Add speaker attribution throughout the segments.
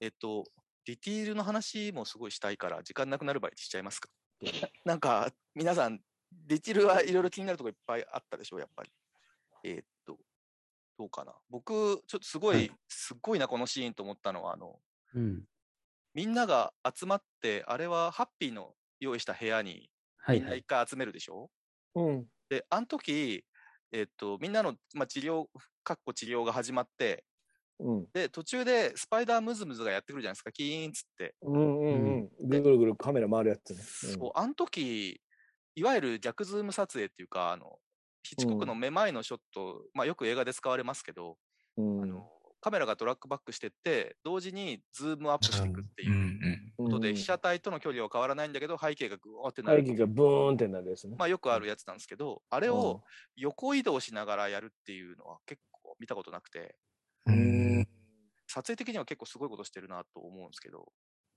Speaker 1: えっと、ディティールの話もすごいしたいから、時間なくなる場合しちゃいますか。 なんか、皆さん、ディティールはいろいろ気になるとこいっぱいあったでしょう、やっぱり。えーっと、どうかな。僕、ちょっとすごい、すっごいな、このシーンと思ったのは、あの、
Speaker 2: うん。
Speaker 1: みんなが集まって、あれはハッピーの用意した部屋に、
Speaker 2: は
Speaker 1: み
Speaker 2: い
Speaker 1: んな
Speaker 2: はい
Speaker 1: 一。回集めるでしょ、
Speaker 3: うん。
Speaker 1: で、あの時、えっと、みんなの、まあ、治療、かっこ治療が始まって、
Speaker 3: うん。
Speaker 1: で、途中でスパイダームズムズがやってくるじゃないですか、キーンっつって。
Speaker 3: うんうんうん。ぐるぐるカメラ回るやつね。
Speaker 1: そう、あの時、いわゆる逆ズーム撮影っていうか、あの、ヒッチコックのめまいのショット、まあよく映画で使われますけど、
Speaker 3: うん。
Speaker 1: あの、カメラがトラックバックしてって、同時にズームアップしていくって
Speaker 4: うん
Speaker 1: いう
Speaker 3: う
Speaker 1: ことで、
Speaker 3: ん
Speaker 1: 被写体との距離は変わらないんだけど、背景がぐわーってな
Speaker 3: 会
Speaker 1: る。
Speaker 3: 議がブーンってなるやつね。
Speaker 1: まあよくあるやつなんですけど、あれ
Speaker 3: う
Speaker 1: を
Speaker 3: ん
Speaker 1: 横移動しながらやるっていうのは結構見たことなくて、
Speaker 4: うん
Speaker 3: う
Speaker 4: うん
Speaker 3: ん
Speaker 1: 撮影的には結構すごいことしてるなと思うんですけど、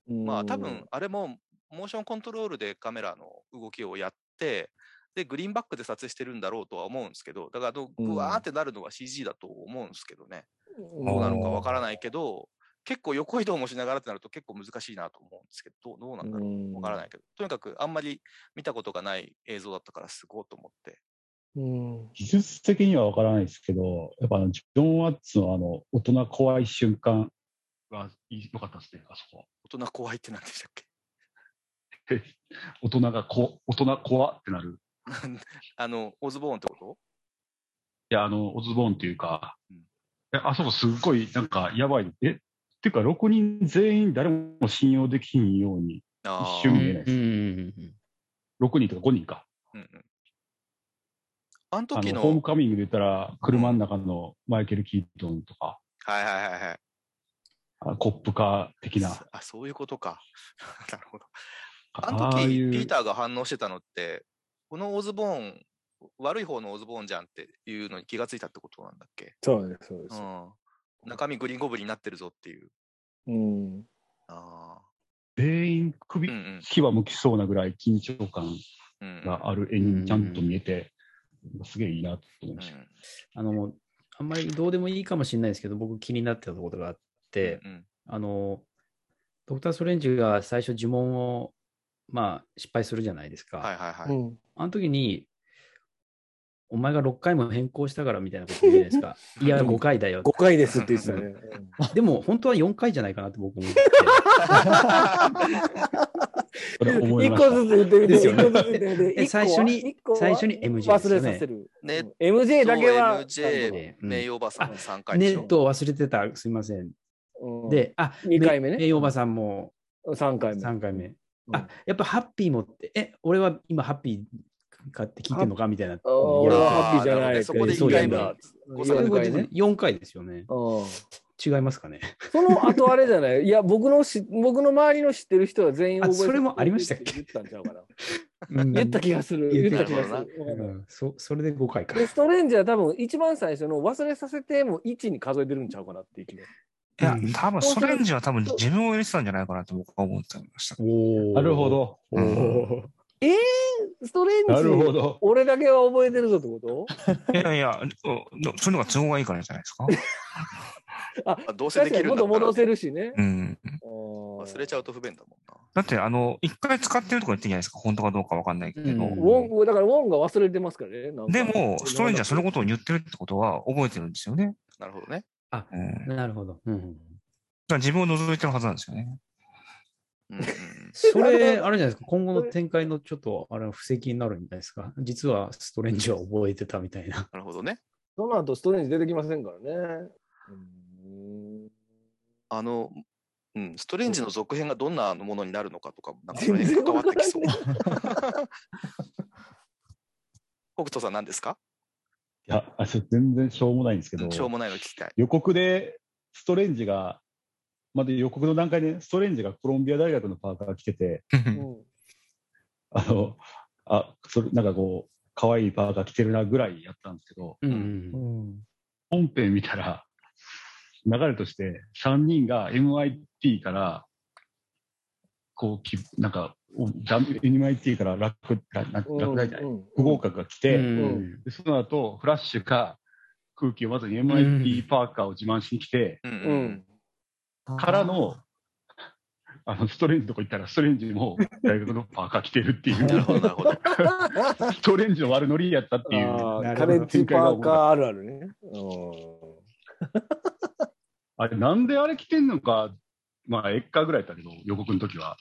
Speaker 3: うん
Speaker 1: まあ多分あれもモーションコントロールでカメラの動きをやって、で、グリーンバックで撮影してるんだろうとは思うんですけど、だからあの、
Speaker 3: うん
Speaker 1: ぐわーってなるのは CG だと思うんですけどね。
Speaker 3: うん
Speaker 1: どうなの
Speaker 4: の
Speaker 1: かわからないけど、結構横移動もしながらってなると結構難しいなと思うんですけど、どうどうなんだろうわからないけど、とにかくあんまり見たことがない映像だったからすごいと思って。
Speaker 3: うん。
Speaker 4: 技術的には分からないですけど、やっぱあのジョン・ワッツのあの大人怖い瞬間が良かったですね、あそこは。
Speaker 1: 大人怖いって何でしたっけ
Speaker 4: 大人がこ大人怖ってなる。
Speaker 1: あの、オズボーンってこと
Speaker 4: いや、あの、オズボーンっていうか、
Speaker 1: うん
Speaker 4: いやあそこすっごいなんかやばい。えっていうか、6人全員誰も信用できひんように、
Speaker 1: あ
Speaker 4: 一
Speaker 1: ー
Speaker 4: 瞬
Speaker 2: うん
Speaker 4: 見えないです
Speaker 2: うんうん
Speaker 4: 6人とか5人か。
Speaker 1: うんうん。あの
Speaker 4: あ
Speaker 1: 時
Speaker 4: の
Speaker 1: の、
Speaker 4: ホームカミングで言ったら、車の中のマイケル・キートンとか、
Speaker 1: はいはいはいはい。
Speaker 4: あコップカー的な
Speaker 1: そ。あ、そういうことか。 なるほど。あの
Speaker 4: ああ
Speaker 1: 時、
Speaker 4: いう
Speaker 1: ピーターが反応してたのって、このオズボーン、悪い方のオズボーンじゃんっていうのに気がついたってことなんだっけ
Speaker 3: そうです、そうで
Speaker 1: う
Speaker 3: す。
Speaker 1: ん。中身グリーンゴブリンになってるぞっていう。
Speaker 3: うん。
Speaker 1: ああ。
Speaker 4: 全員首、
Speaker 1: うんうん
Speaker 4: 牙向きそうなぐらい緊張感
Speaker 1: うんうん。
Speaker 4: がある絵にちゃんと見えて、すげえいいなと思いうました。
Speaker 1: ん
Speaker 2: あの、あんまりどうでもいいかもしれないですけど、僕気になってたことがあって、
Speaker 1: うん
Speaker 2: あの、ドクター・ストレンジが最初呪文を、まあ、失敗するじゃないですか。
Speaker 1: はいはいはい。
Speaker 3: うん。
Speaker 2: あの時に、お前が6回も変更したからみたいなこと言うじゃない ですか。いや、5回だよ。
Speaker 3: 5回ですって言ってた ね。
Speaker 2: でも、本当は4回じゃないかなって僕思って。
Speaker 4: それは思い
Speaker 3: 一
Speaker 4: ま
Speaker 3: 個
Speaker 4: した。
Speaker 3: ずつ言ってみて、
Speaker 2: ですよ
Speaker 3: 一
Speaker 2: ね
Speaker 3: 個ずつ言ってみて
Speaker 2: え最初に
Speaker 3: 一個は
Speaker 2: 最初に MJ
Speaker 3: 忘れさせる。
Speaker 1: ネット、
Speaker 3: うん MJ だけは。
Speaker 1: MJ、
Speaker 2: うん
Speaker 1: 名誉おばさん3回
Speaker 2: ネ
Speaker 1: でしょ
Speaker 2: ットを忘れてた、すみません。
Speaker 3: うん、
Speaker 2: で、あ、
Speaker 3: 二回目ね
Speaker 2: めめいおばさんも
Speaker 3: 3回目。
Speaker 2: 3回目。
Speaker 3: うん
Speaker 2: あ、やっぱハッピーもって、え、俺は今ハッピーかって聞いてんのかみたいな。
Speaker 3: お
Speaker 2: い
Speaker 3: 俺
Speaker 2: や
Speaker 3: はハッピーじゃない。
Speaker 1: そこで
Speaker 2: 一回目
Speaker 3: うん
Speaker 1: 誤差
Speaker 3: 四回ね。
Speaker 2: 4回ですよね。
Speaker 3: うん
Speaker 2: 違いますかね。
Speaker 3: その後あれじゃないい や、僕のし、僕の周りの知ってる人は全員覚えて
Speaker 2: あそれもありましたっけ
Speaker 3: 言ったんちゃうかな。
Speaker 2: 言
Speaker 3: 言った気がする。
Speaker 2: 言
Speaker 3: 言
Speaker 2: っ
Speaker 3: ったた
Speaker 1: 気
Speaker 3: 気
Speaker 1: が
Speaker 3: が
Speaker 1: す
Speaker 3: す
Speaker 1: る
Speaker 3: る。
Speaker 2: そそれで5回か。
Speaker 3: で、ストレンジは多分一番最初の忘れさせても1に数えてるんちゃうかなっていう気が。
Speaker 5: いや、多分、ストレンジは多分自分を入れてたんじゃないかなと僕は思ってました。
Speaker 2: おー
Speaker 4: なるほ。ど。
Speaker 2: おー
Speaker 3: ストレンジ、
Speaker 4: なるほど。
Speaker 3: 俺だけは覚えてるぞってこと
Speaker 5: いや いや、おその方が都合がいいからじゃないですか。
Speaker 1: あどうせで
Speaker 3: 確か
Speaker 1: き
Speaker 3: に
Speaker 1: るんだ
Speaker 3: 元
Speaker 1: ったら
Speaker 3: 戻せるしね。
Speaker 5: うん。
Speaker 1: 忘
Speaker 3: 忘
Speaker 1: れちゃ
Speaker 3: う
Speaker 1: うと不便だもんな。
Speaker 5: だって、あの、一回使ってるとか言ってんじゃないですか。本当かどうかわかんないけど。
Speaker 2: うん
Speaker 3: ん。ウォン、だからウォンが忘れてますからね。なんか
Speaker 5: でも、ストレンジはそのことを言ってるってことは覚えてるんですよね。
Speaker 1: なるほどね。
Speaker 5: うん。だか
Speaker 2: なるほど。うん、
Speaker 5: ら自分を除いてるはずなんですよね。
Speaker 1: うんうん
Speaker 2: それ、あれじゃ ないですか、今後の展開のちょっと、あれ、布石になるんじゃないですか。実はストレンジは覚えてたみたいな。
Speaker 1: なるほどね。
Speaker 3: その後ストレンジ出てきませんからね。うん
Speaker 1: あの、うん、ストレンジの続編がどんなものになるのかとかも、なんかそ
Speaker 3: 全
Speaker 1: れに
Speaker 3: 然
Speaker 1: 関わ
Speaker 3: わ
Speaker 1: っ
Speaker 3: か
Speaker 1: て
Speaker 3: らな
Speaker 1: き
Speaker 3: い
Speaker 1: そう。北斗さん何ですか
Speaker 4: いや、あそれ全然しょうもないんですけど、
Speaker 1: しょうもないの聞きたい。
Speaker 4: 予告でストレンジが、まだ予告の段階でストレンジがコロンビア大学のパーカー着てて、
Speaker 3: うん
Speaker 4: あの、あ、それなんかこう、可愛いパーカー着てるなぐらいやったんですけど、
Speaker 2: うん
Speaker 3: う。ん
Speaker 4: 本編見たら、流れとして3人が MIT から、こうき、なんか、お MIT から落、落落第じゃない、
Speaker 3: うん
Speaker 4: 不合格が来
Speaker 2: う
Speaker 4: て、
Speaker 2: ん
Speaker 4: でその後、フラッシュが空気をまずに
Speaker 2: ん
Speaker 4: MIT パーカーを自慢しに来て、
Speaker 1: うん
Speaker 3: うん。
Speaker 4: からのあの、ストレンジのとこ行ったら、ストレンジも大学のパーカー着てるってい
Speaker 1: なる
Speaker 4: う、
Speaker 1: ほど、なるほど。
Speaker 4: ストレンジの悪ノリやったっていう、
Speaker 3: あー
Speaker 2: なるほど
Speaker 3: カレッジパーカーあるあるね。うん
Speaker 4: あれ、なんであれ着てんのか、まあ、1回ぐらいだったけど、予告の時は。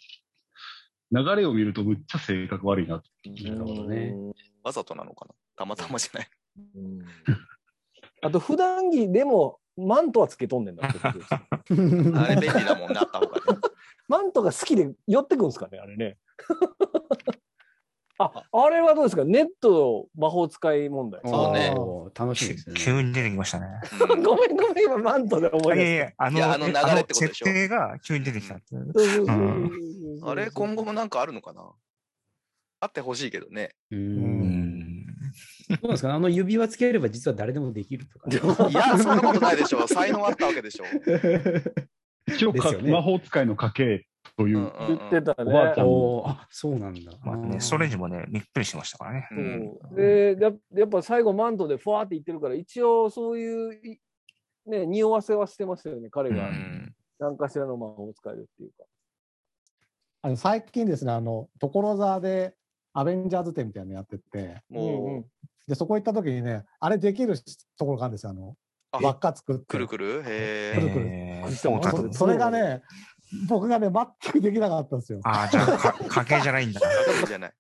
Speaker 4: 流れを見ると、むっちゃ性格悪いなって。
Speaker 2: なるほどね
Speaker 1: わざとなのかなたまたまじゃない。
Speaker 3: うん。あと、普段着でも、マントはつけとんねんだってことですよ
Speaker 1: あ れ便利だ もんな、あった方がね。
Speaker 3: マントが好きで寄ってくんですかね、あれね。 あ、あれはどうですかネット魔法使い問題。
Speaker 1: そうね
Speaker 2: おー楽しみですね。
Speaker 5: 急に出てきましたね。
Speaker 1: うん
Speaker 3: ごめんごめん、今マントで思い
Speaker 5: い
Speaker 3: 出
Speaker 5: やい
Speaker 3: し
Speaker 5: や、あの、
Speaker 1: いやあの
Speaker 5: え
Speaker 1: 流れってことでしょ
Speaker 5: あの設定が急に出てきたっていう。
Speaker 3: た。そうそうそう
Speaker 5: うん
Speaker 3: そう
Speaker 1: あれ、今後もなんかあるのかなあってほしいけどね。
Speaker 2: う。
Speaker 5: うんん。
Speaker 2: どうなんですかあの指輪つければ実は誰でもできるとか。
Speaker 1: いや、そんなことないでしょ。才能あったわけでしょ。
Speaker 4: 一応、
Speaker 2: ですよね
Speaker 4: 魔法使いの家系というう、
Speaker 1: んうん
Speaker 3: 言ってた
Speaker 4: おばあちゃ
Speaker 3: ね。
Speaker 2: おーあ、そうなんだ。
Speaker 5: まあ
Speaker 2: あー
Speaker 5: ね、ストレンジもね、びっくりしてましたからね。
Speaker 1: う
Speaker 3: そ
Speaker 1: ん
Speaker 3: うでやっやっぱ最後マントでフワーって言ってるから一応そういういね匂わせはしてましたよね彼
Speaker 1: う
Speaker 3: が
Speaker 1: ん。
Speaker 3: 何かしらの魔法を使えるっていうか。
Speaker 6: あの最近ですね、あの、所沢でアベンジャーズ展みたいなのやってて、
Speaker 3: うんう
Speaker 1: も
Speaker 3: ん
Speaker 1: う、
Speaker 6: で、そこ行った時にね、あれできるところがあるんですよ、あの、
Speaker 1: あ
Speaker 6: 輪っか作って。
Speaker 1: くるくるへ
Speaker 6: くる
Speaker 1: え。
Speaker 6: くる
Speaker 5: え
Speaker 3: くるくる
Speaker 5: ーそうだと
Speaker 6: そそれがね、僕がね、全くできなかったんですよ。
Speaker 5: ああ、じゃあ、か家計じゃないんだ。
Speaker 1: 高くじゃない。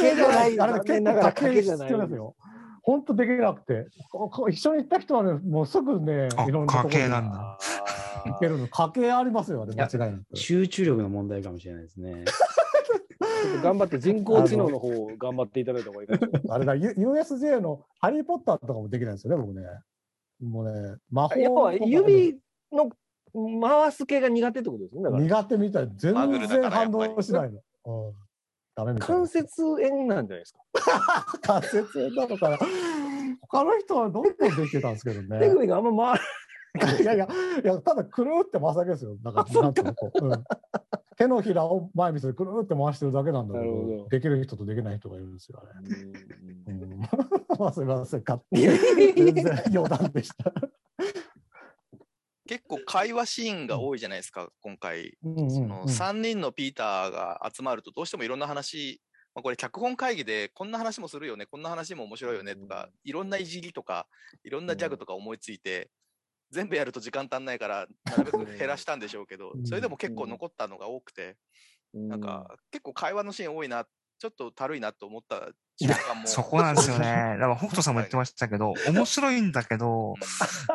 Speaker 3: 家系じゃない、
Speaker 6: あれ結
Speaker 3: な
Speaker 6: 構
Speaker 3: がら
Speaker 6: 家
Speaker 3: 家系
Speaker 6: 計
Speaker 3: じ
Speaker 6: 必
Speaker 3: ゃない。
Speaker 6: 要ですよ。本当できなくて。ここ一緒に行った人はね、もうすぐね、
Speaker 5: あ
Speaker 6: いろんなところに
Speaker 5: 家計なん
Speaker 1: あ
Speaker 5: だ
Speaker 6: 行けるの。家計ありますよ、あれ、間違いなく。
Speaker 2: 集中力の問題かもしれないですね。
Speaker 3: ちょっと頑張って人工知能の方を頑張っていただいた方がいいか もしれない。
Speaker 6: あれだ、U- USJ のハリー・ポッターとかもできないですよね、僕ね。もうね、魔法
Speaker 3: や
Speaker 6: の
Speaker 3: っぱ指の回す系が苦手ってことですね。だから
Speaker 6: 苦手みたい。全
Speaker 1: マグルだから
Speaker 6: 然
Speaker 1: やっ
Speaker 6: 反
Speaker 1: ぱり
Speaker 6: 応しないの。うんダメみたい
Speaker 3: 関
Speaker 6: な。
Speaker 3: 節炎なんじゃないですか。
Speaker 6: 関節炎なのかな。 他の人はどんどんできてたんですけど
Speaker 3: 手
Speaker 6: ね。
Speaker 3: 首があんま回ら
Speaker 6: いやいや、いやただくるーって回すだけですよ。なんか、なんていうのこう、うん手のひらを前見せてくるーって回してるだけなんだけ
Speaker 3: なるほ
Speaker 6: ど
Speaker 3: ど、
Speaker 6: できる人とできない人がいるんですよ、あれ。う
Speaker 3: なん
Speaker 6: まあ、すみません、勝手
Speaker 3: い
Speaker 6: に。
Speaker 3: や
Speaker 6: 全然余談でした。
Speaker 1: 結構会話シーンが多いじゃないですか、今回。
Speaker 6: うんうん
Speaker 1: そ
Speaker 6: うん
Speaker 1: の3人のピーターが集まるとどうしてもいろんな話、まあ、これ脚本会議でこんな話もするよねこんな話も面白いよねとかいろんないじりとかいろんなジャグとか思いついて全部やると時間足んないからなるべく減らしたんでしょうけど
Speaker 6: うん
Speaker 1: それでも結構残ったのが多くてなんか結構会話のシーン多いなちょっとたるいなと思った瞬間も
Speaker 5: そこなんですよね。だから北斗さんも言ってましたけど、面白いんだけど、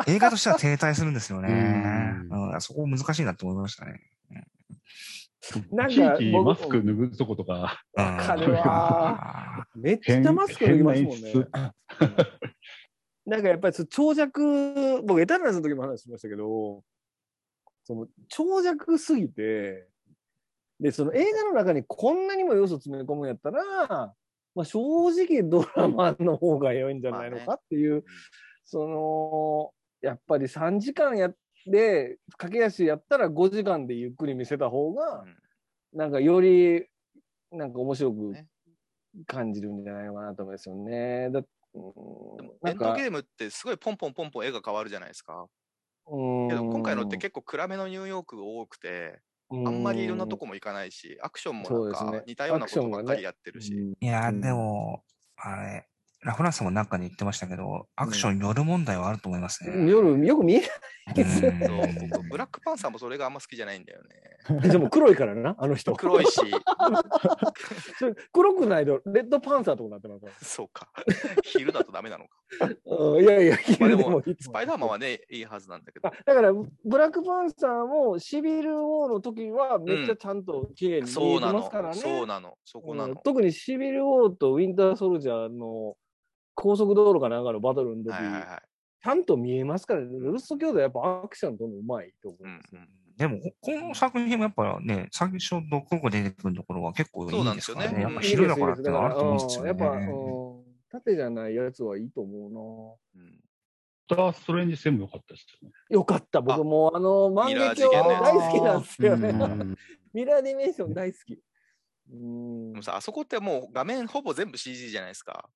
Speaker 5: 映画としては停滞するんですよね。
Speaker 2: う
Speaker 5: うんそこ難しいなって思いましたね。
Speaker 3: なん
Speaker 4: 地
Speaker 3: か
Speaker 4: 域
Speaker 3: 僕
Speaker 4: マスク脱ぐとことか、
Speaker 5: うん
Speaker 3: かるわめっちゃマスク脱ぎますもんね。なんかやっぱりその長尺、僕、エターナルズの時も話しましたけど、その長尺すぎて、で、その映画の中にこんなにも要素詰め込むんやったら、まあ、正直ドラマの方が良いんじゃないのかっていう、その、やっぱり3時間やって、駆け足やったら5時間でゆっくり見せた方が、
Speaker 1: うん
Speaker 3: なんかより、なんか面白く感じるんじゃないのかなと思うんですよね。だ
Speaker 1: でも
Speaker 3: うん
Speaker 1: エ
Speaker 3: な
Speaker 1: ン
Speaker 3: ん
Speaker 1: ド
Speaker 3: か
Speaker 1: ゲームってすごいポンポンポンポン絵が変わるじゃないですか。け
Speaker 3: け
Speaker 1: ど今回のって結構暗めのニューヨーク多くて、
Speaker 3: 構
Speaker 1: あんまりいろんなとこも行かないし、アクションも
Speaker 3: そ
Speaker 1: な
Speaker 3: うんですね
Speaker 1: か似たようなことばっかりやってるし、
Speaker 5: い
Speaker 3: う
Speaker 5: やー、
Speaker 3: ん
Speaker 5: でも、あれ、ラフランスさんもなんかで言ってましたけど、アクション夜問題はあると思いますね。
Speaker 3: 夜よく見え
Speaker 5: う
Speaker 1: そうん僕ブラックパンサーもそれがあんま好きじゃないんだよね。
Speaker 3: ない。でも黒いか らな、あの人。
Speaker 1: 黒いし、
Speaker 3: それ 黒くないと、レッドパンサーとかなってますから。
Speaker 1: そうか、昼だとダメな のか。
Speaker 3: うんいやいや、
Speaker 1: まあで
Speaker 3: 昼で
Speaker 1: も
Speaker 3: もいい、
Speaker 1: スパイダーマンはね、いいはずなんだけど
Speaker 3: あ、だから、ブラックパンサーもシビル王の時はめっちゃちゃんと綺麗に見
Speaker 1: そ
Speaker 3: え
Speaker 1: うな
Speaker 3: てま
Speaker 1: の
Speaker 3: すから、ね。
Speaker 1: そうなの、そこな
Speaker 3: うん
Speaker 1: の。
Speaker 3: 特にシビル王とウィンターソルジャーの高速道路かなんかのバトルの時、
Speaker 1: はいはいはい。
Speaker 3: ちゃんと見えますから、ルルスト兄弟はやっぱアクションどんどんうまいと思う
Speaker 1: うんん
Speaker 3: ですよ。
Speaker 5: でも、この作品もやっぱね、最初、どっここ出てくるところは結構いいんですから
Speaker 1: そう
Speaker 5: ね。
Speaker 1: な
Speaker 5: やっ
Speaker 1: ん
Speaker 5: ぱ
Speaker 1: です
Speaker 5: 昼だからってのはあると思うんですよね。
Speaker 3: やっぱ、うん縦じゃないやつはいいと思
Speaker 1: うん
Speaker 4: スター・ストレンジ戦も良かったですよね。
Speaker 3: うな。よかった、僕もうあの、万
Speaker 1: ミラー
Speaker 3: 劇
Speaker 1: 事
Speaker 3: を
Speaker 1: 件ね
Speaker 3: 大好きなんですよ
Speaker 2: う
Speaker 3: ね。
Speaker 2: ん
Speaker 3: ミラーディメンション大好き。うん
Speaker 1: でも、さ、あそこってもう画面ほぼ全部 CG じゃないですか。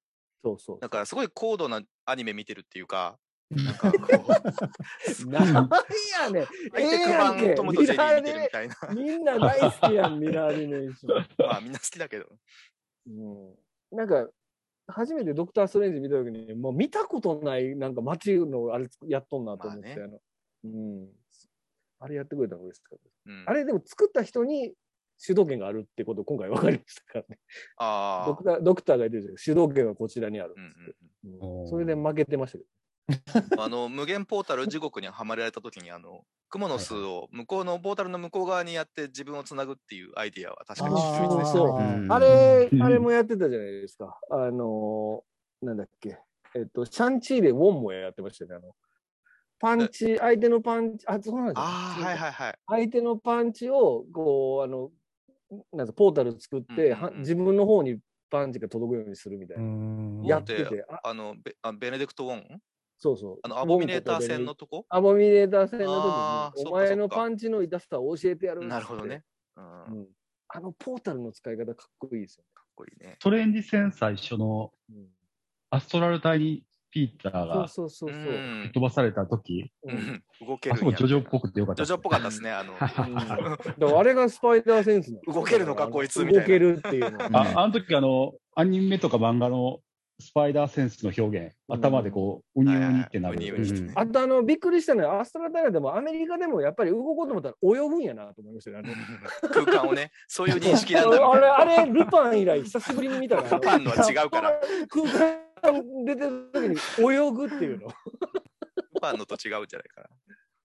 Speaker 3: そうそう
Speaker 1: だ。からすごい高度なアニメ見てるっていうか、なんかこう、
Speaker 3: なんやねん。ええや
Speaker 1: 相
Speaker 3: ん
Speaker 1: 手
Speaker 3: け
Speaker 1: ク。トムとジェリー見てるみたいな。
Speaker 3: みんな大好きやん、ミラーアニメーション。
Speaker 1: まあみんな好きだけど。
Speaker 3: うんなんか、初めてドクター・ストレンジ見たときに、もう見たことない、なんか街のあれやっとんなと思って、
Speaker 1: ま
Speaker 3: あのうん。あれやってくれたら嬉しかった。
Speaker 1: うん、
Speaker 3: あれでも作った人に主導権があるってことを今回分かりましたからね。
Speaker 1: あ
Speaker 3: ド
Speaker 1: あ
Speaker 3: ク。タードクターが言ってるじゃん主導権はこちらにある
Speaker 1: うんうん
Speaker 3: っつって
Speaker 2: うん
Speaker 3: うんそれで負けてましたけ
Speaker 1: あの無限ポータル地獄にはまられた時にあの蜘蛛の巣を向こうのポータルの向こう側にやって自分をつなぐっていうアイディアは確かに秀逸でした
Speaker 3: そう
Speaker 6: あー
Speaker 3: ど。あれ
Speaker 4: う、ん
Speaker 3: あれもやってたじゃないですか。あのー、なんだっけ。えっと、シャンチーでウォンもやってましたよね。あのパンチ、相手のパンチ、あ、そうなんですよ
Speaker 1: ああはいはいはい
Speaker 3: 相手のパンチを、こう、あの、なんかポータル作って、
Speaker 1: うんうんうん
Speaker 3: は自分の方にパンチが届くようにするみたいうな。
Speaker 2: ん
Speaker 3: やってて、あ
Speaker 1: あのベあベネディクト・ウォン
Speaker 3: そうそう。
Speaker 1: あのアボミネーター戦のとこ
Speaker 3: アボミネーター戦の
Speaker 1: あーそっかそ
Speaker 3: 時に、お
Speaker 1: っか
Speaker 3: 前のパンチの痛さを教えてやる。
Speaker 1: なるほどね、。うん、
Speaker 3: うん。あのポータルの使い方かっこいいですよ
Speaker 1: かっこいいね
Speaker 4: トレンジ戦最初の
Speaker 3: ね。うん
Speaker 4: アストラル隊にピーターが
Speaker 3: そうそうそうそう。
Speaker 1: ん
Speaker 4: 飛ばされた時、
Speaker 1: う
Speaker 3: う
Speaker 1: ん ん動ける
Speaker 4: あ
Speaker 1: んや
Speaker 4: そこジョジョっぽくてよかっ
Speaker 1: ジ
Speaker 4: た。
Speaker 1: ョジョっぽかったですねあの
Speaker 3: うんだからあれがスパイダーセンスなの
Speaker 1: 動けるのかこいつみたいな
Speaker 3: 動けるっていうのは。
Speaker 4: ああの時あの、アニメとか漫画のスパイダーセンスの表現、頭でこう、うにうにってな
Speaker 1: はいはいウニウ
Speaker 4: る。
Speaker 1: ニしてね
Speaker 3: あとあの、びっくりしたのは、アストラタイラでもアメリカでもやっぱり動こうと思ったら泳ぐんやなと思いましたね。あの
Speaker 1: 空間をねそういう認識なんだみた いな
Speaker 3: あれ、あれ、ルパン以来久しぶりに見たから。
Speaker 1: ルパンのは違うから。
Speaker 3: 空間出てる時に泳ぐっていうの。
Speaker 1: ルパンのと違うんじゃないかな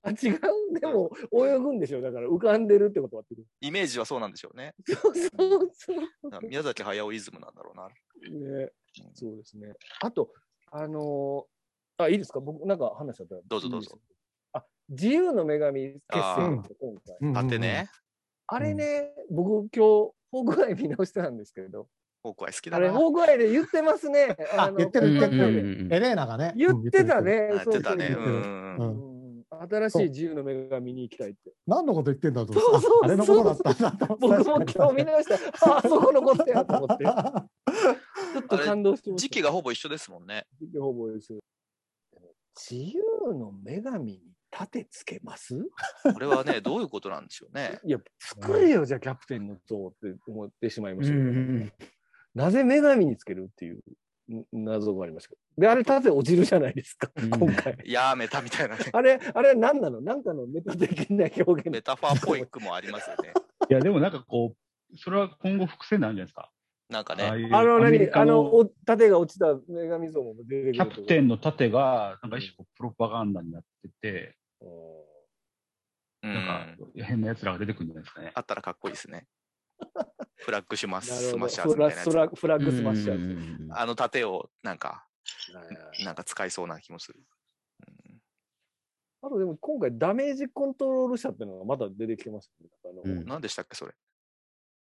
Speaker 3: あ違う、でも泳ぐんでしょ、だから浮かんでるってことはってこ
Speaker 1: イメージはそうなんでしょうね
Speaker 3: と。そうそう
Speaker 1: なんか宮崎駿イズムなんだろうな
Speaker 3: ね、そうですね。あと、あのーあ、いいですか、僕なんか話しちゃったら。
Speaker 1: どうぞどうぞ
Speaker 3: いいですか。あ、自由の女神決戦ですよ今回。
Speaker 1: 縦。ね
Speaker 3: あれね、僕今日、ホークアイ見直してたんですけど、
Speaker 1: フォークアイ好き
Speaker 3: あ
Speaker 1: だ
Speaker 3: れ、
Speaker 1: な
Speaker 3: ホークアイで言ってますね。
Speaker 6: あ
Speaker 3: の
Speaker 6: 言ってる言って
Speaker 2: うんうんう
Speaker 6: る。
Speaker 2: ん
Speaker 6: エレーナがね。
Speaker 3: 言ってた
Speaker 6: うん。
Speaker 3: ね
Speaker 1: あ。やっ
Speaker 3: そう
Speaker 1: てたね
Speaker 3: そううんそう
Speaker 1: うんうん
Speaker 6: うん
Speaker 3: うん新しい自由の女神に行きたいって。
Speaker 6: 何のこと言ってんだと。
Speaker 3: そうそう
Speaker 6: ああれのことだったんだ と。
Speaker 3: 僕も今日見直して、ああそこのことやと思 って、ちょっと感動してました。
Speaker 1: 時期がほぼ一緒ですもんね
Speaker 3: 時期ほぼです。自由の女神に盾つけます
Speaker 1: これは ねどういうことなんでしょうね
Speaker 3: いや、作れよ、じゃあ、キャプテンの像って思ってしまいま
Speaker 2: う
Speaker 3: したけど、
Speaker 2: ん
Speaker 3: なぜ女神につけるっていうん謎がありましたけど。で、あれ、盾落ちるじゃないですか、
Speaker 2: うん
Speaker 3: 今回。
Speaker 1: やーめたみたいな ね
Speaker 3: あれ、あれは何なのなんかのメタ的な表
Speaker 1: メ
Speaker 3: 現。
Speaker 1: タファーっぽい句もありますよね。
Speaker 4: いや、でもなんかこう、それは今後伏線なんじゃないですか。
Speaker 1: なんか
Speaker 4: ああ
Speaker 1: ね、
Speaker 4: いう
Speaker 3: あの
Speaker 4: アメ
Speaker 3: 何
Speaker 4: リ、カ
Speaker 3: あの、
Speaker 4: の
Speaker 3: お盾が落ちた女神像も出てくる
Speaker 4: キャプテンの盾が、なんか一種プロパガンダになってて、
Speaker 3: ン。
Speaker 1: う
Speaker 4: なん
Speaker 1: ん、
Speaker 4: か変な奴らが出てくるんじゃないですかね。
Speaker 1: あったらかっこいいですね。フラッグします、
Speaker 3: なる
Speaker 1: ス
Speaker 3: ほ
Speaker 1: マ
Speaker 3: ど。
Speaker 1: ッシャーズ
Speaker 3: フ
Speaker 1: み
Speaker 3: ラ
Speaker 1: たい
Speaker 3: フ
Speaker 1: なや
Speaker 3: ラフラッグスマッシャーズ。
Speaker 2: うん
Speaker 1: つ。あの盾をなんか、
Speaker 3: はいはい
Speaker 1: なんか使いそうな気もする。うん
Speaker 3: あとでも今回ダメージコントロール者っていうのがまた出てきてます、ねあの
Speaker 2: うん
Speaker 1: 何でしたっけ、それ。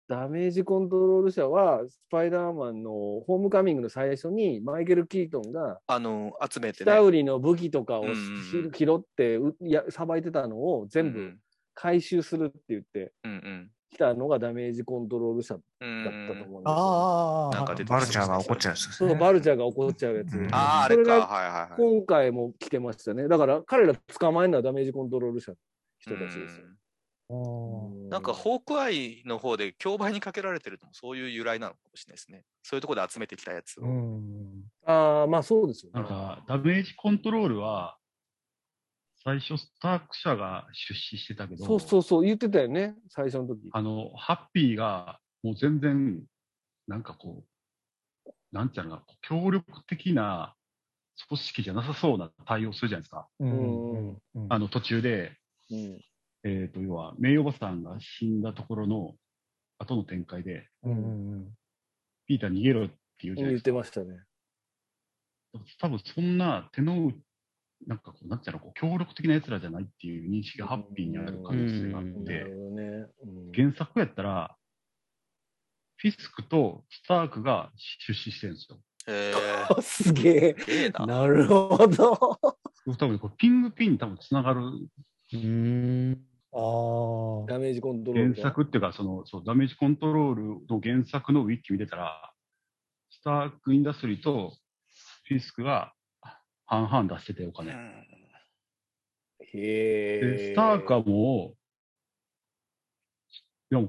Speaker 3: ダメージコントロール者はスパイダーマンのホームカミングの最初にマイケル・キートンが
Speaker 1: あの、集めて
Speaker 3: ス
Speaker 1: ね。
Speaker 3: タウリの武器とかを
Speaker 1: うんうんうん
Speaker 3: ひ拾ってういやさばいてたのを全
Speaker 1: う
Speaker 3: 部
Speaker 1: ん
Speaker 3: 回収するって言って
Speaker 1: うん
Speaker 3: きたのがダメージコントロール者だ
Speaker 1: う
Speaker 3: っ
Speaker 1: ん。
Speaker 3: たと思うんですよ、
Speaker 6: ああああ。
Speaker 1: なんか出て
Speaker 5: バルチャーが怒っちゃうやつです
Speaker 3: そう
Speaker 5: ね。
Speaker 3: バルチャーが怒っちゃうやつ、
Speaker 5: うん
Speaker 1: ああー、あ
Speaker 3: そ
Speaker 1: れ
Speaker 3: れ
Speaker 1: か、はい
Speaker 3: が
Speaker 1: はいはい。
Speaker 3: 今回も来てましたねだから彼ら捕まえるのはダメージコントロール者の人たちですよ、
Speaker 1: う
Speaker 6: うん
Speaker 1: んなんか、ホークアイの方で競売にかけられてるのもそういう由来なのかもしれないですね。そういうところで集めてきたやつを。
Speaker 6: うん。
Speaker 3: ああまあそうですよ
Speaker 4: なん
Speaker 3: ね
Speaker 4: か、ダメージコントロールは、最初、スターク社が出資してたけど、
Speaker 3: そうそうそう言ってたよね最初の時
Speaker 4: あの、ハッピーが、もう全然、なんかこう、なんていうのかな、協力的な組織じゃなさそうな対応するじゃないですか。
Speaker 6: うんうんうん
Speaker 4: あの、途中で、
Speaker 3: うん
Speaker 4: えっ、と、要は、名誉おばさんが死んだところの後の展開で、
Speaker 6: うんうん
Speaker 4: ピーター逃げろって言うじゃない
Speaker 3: 言
Speaker 4: で
Speaker 3: っ
Speaker 4: すか
Speaker 3: て。ましたね。
Speaker 4: 多分そんな手の、なんかこう、なんていうの、こう協力的な奴らじゃないっていう認識がハッピーにある可能性があっ
Speaker 2: うん
Speaker 3: なる
Speaker 4: て、
Speaker 3: ほどね。うん
Speaker 4: 原作やったら、フィスクとスタークが出資してるんですよ。
Speaker 1: へ
Speaker 3: あすげえ。
Speaker 1: え、ええな。
Speaker 3: なるほど。
Speaker 4: 多分これピングピンに多分つながる
Speaker 2: うん
Speaker 6: あ
Speaker 3: ダメージコントロー
Speaker 4: 原
Speaker 3: ルが。
Speaker 4: 作っていうか、その、そう、ダメージコントロールの原作のウィッキ見てたら、スタークインダストリーとフィスクが半々出してて、お
Speaker 1: う
Speaker 4: 金。
Speaker 1: ん
Speaker 3: へ
Speaker 4: でスタークはもう、でも、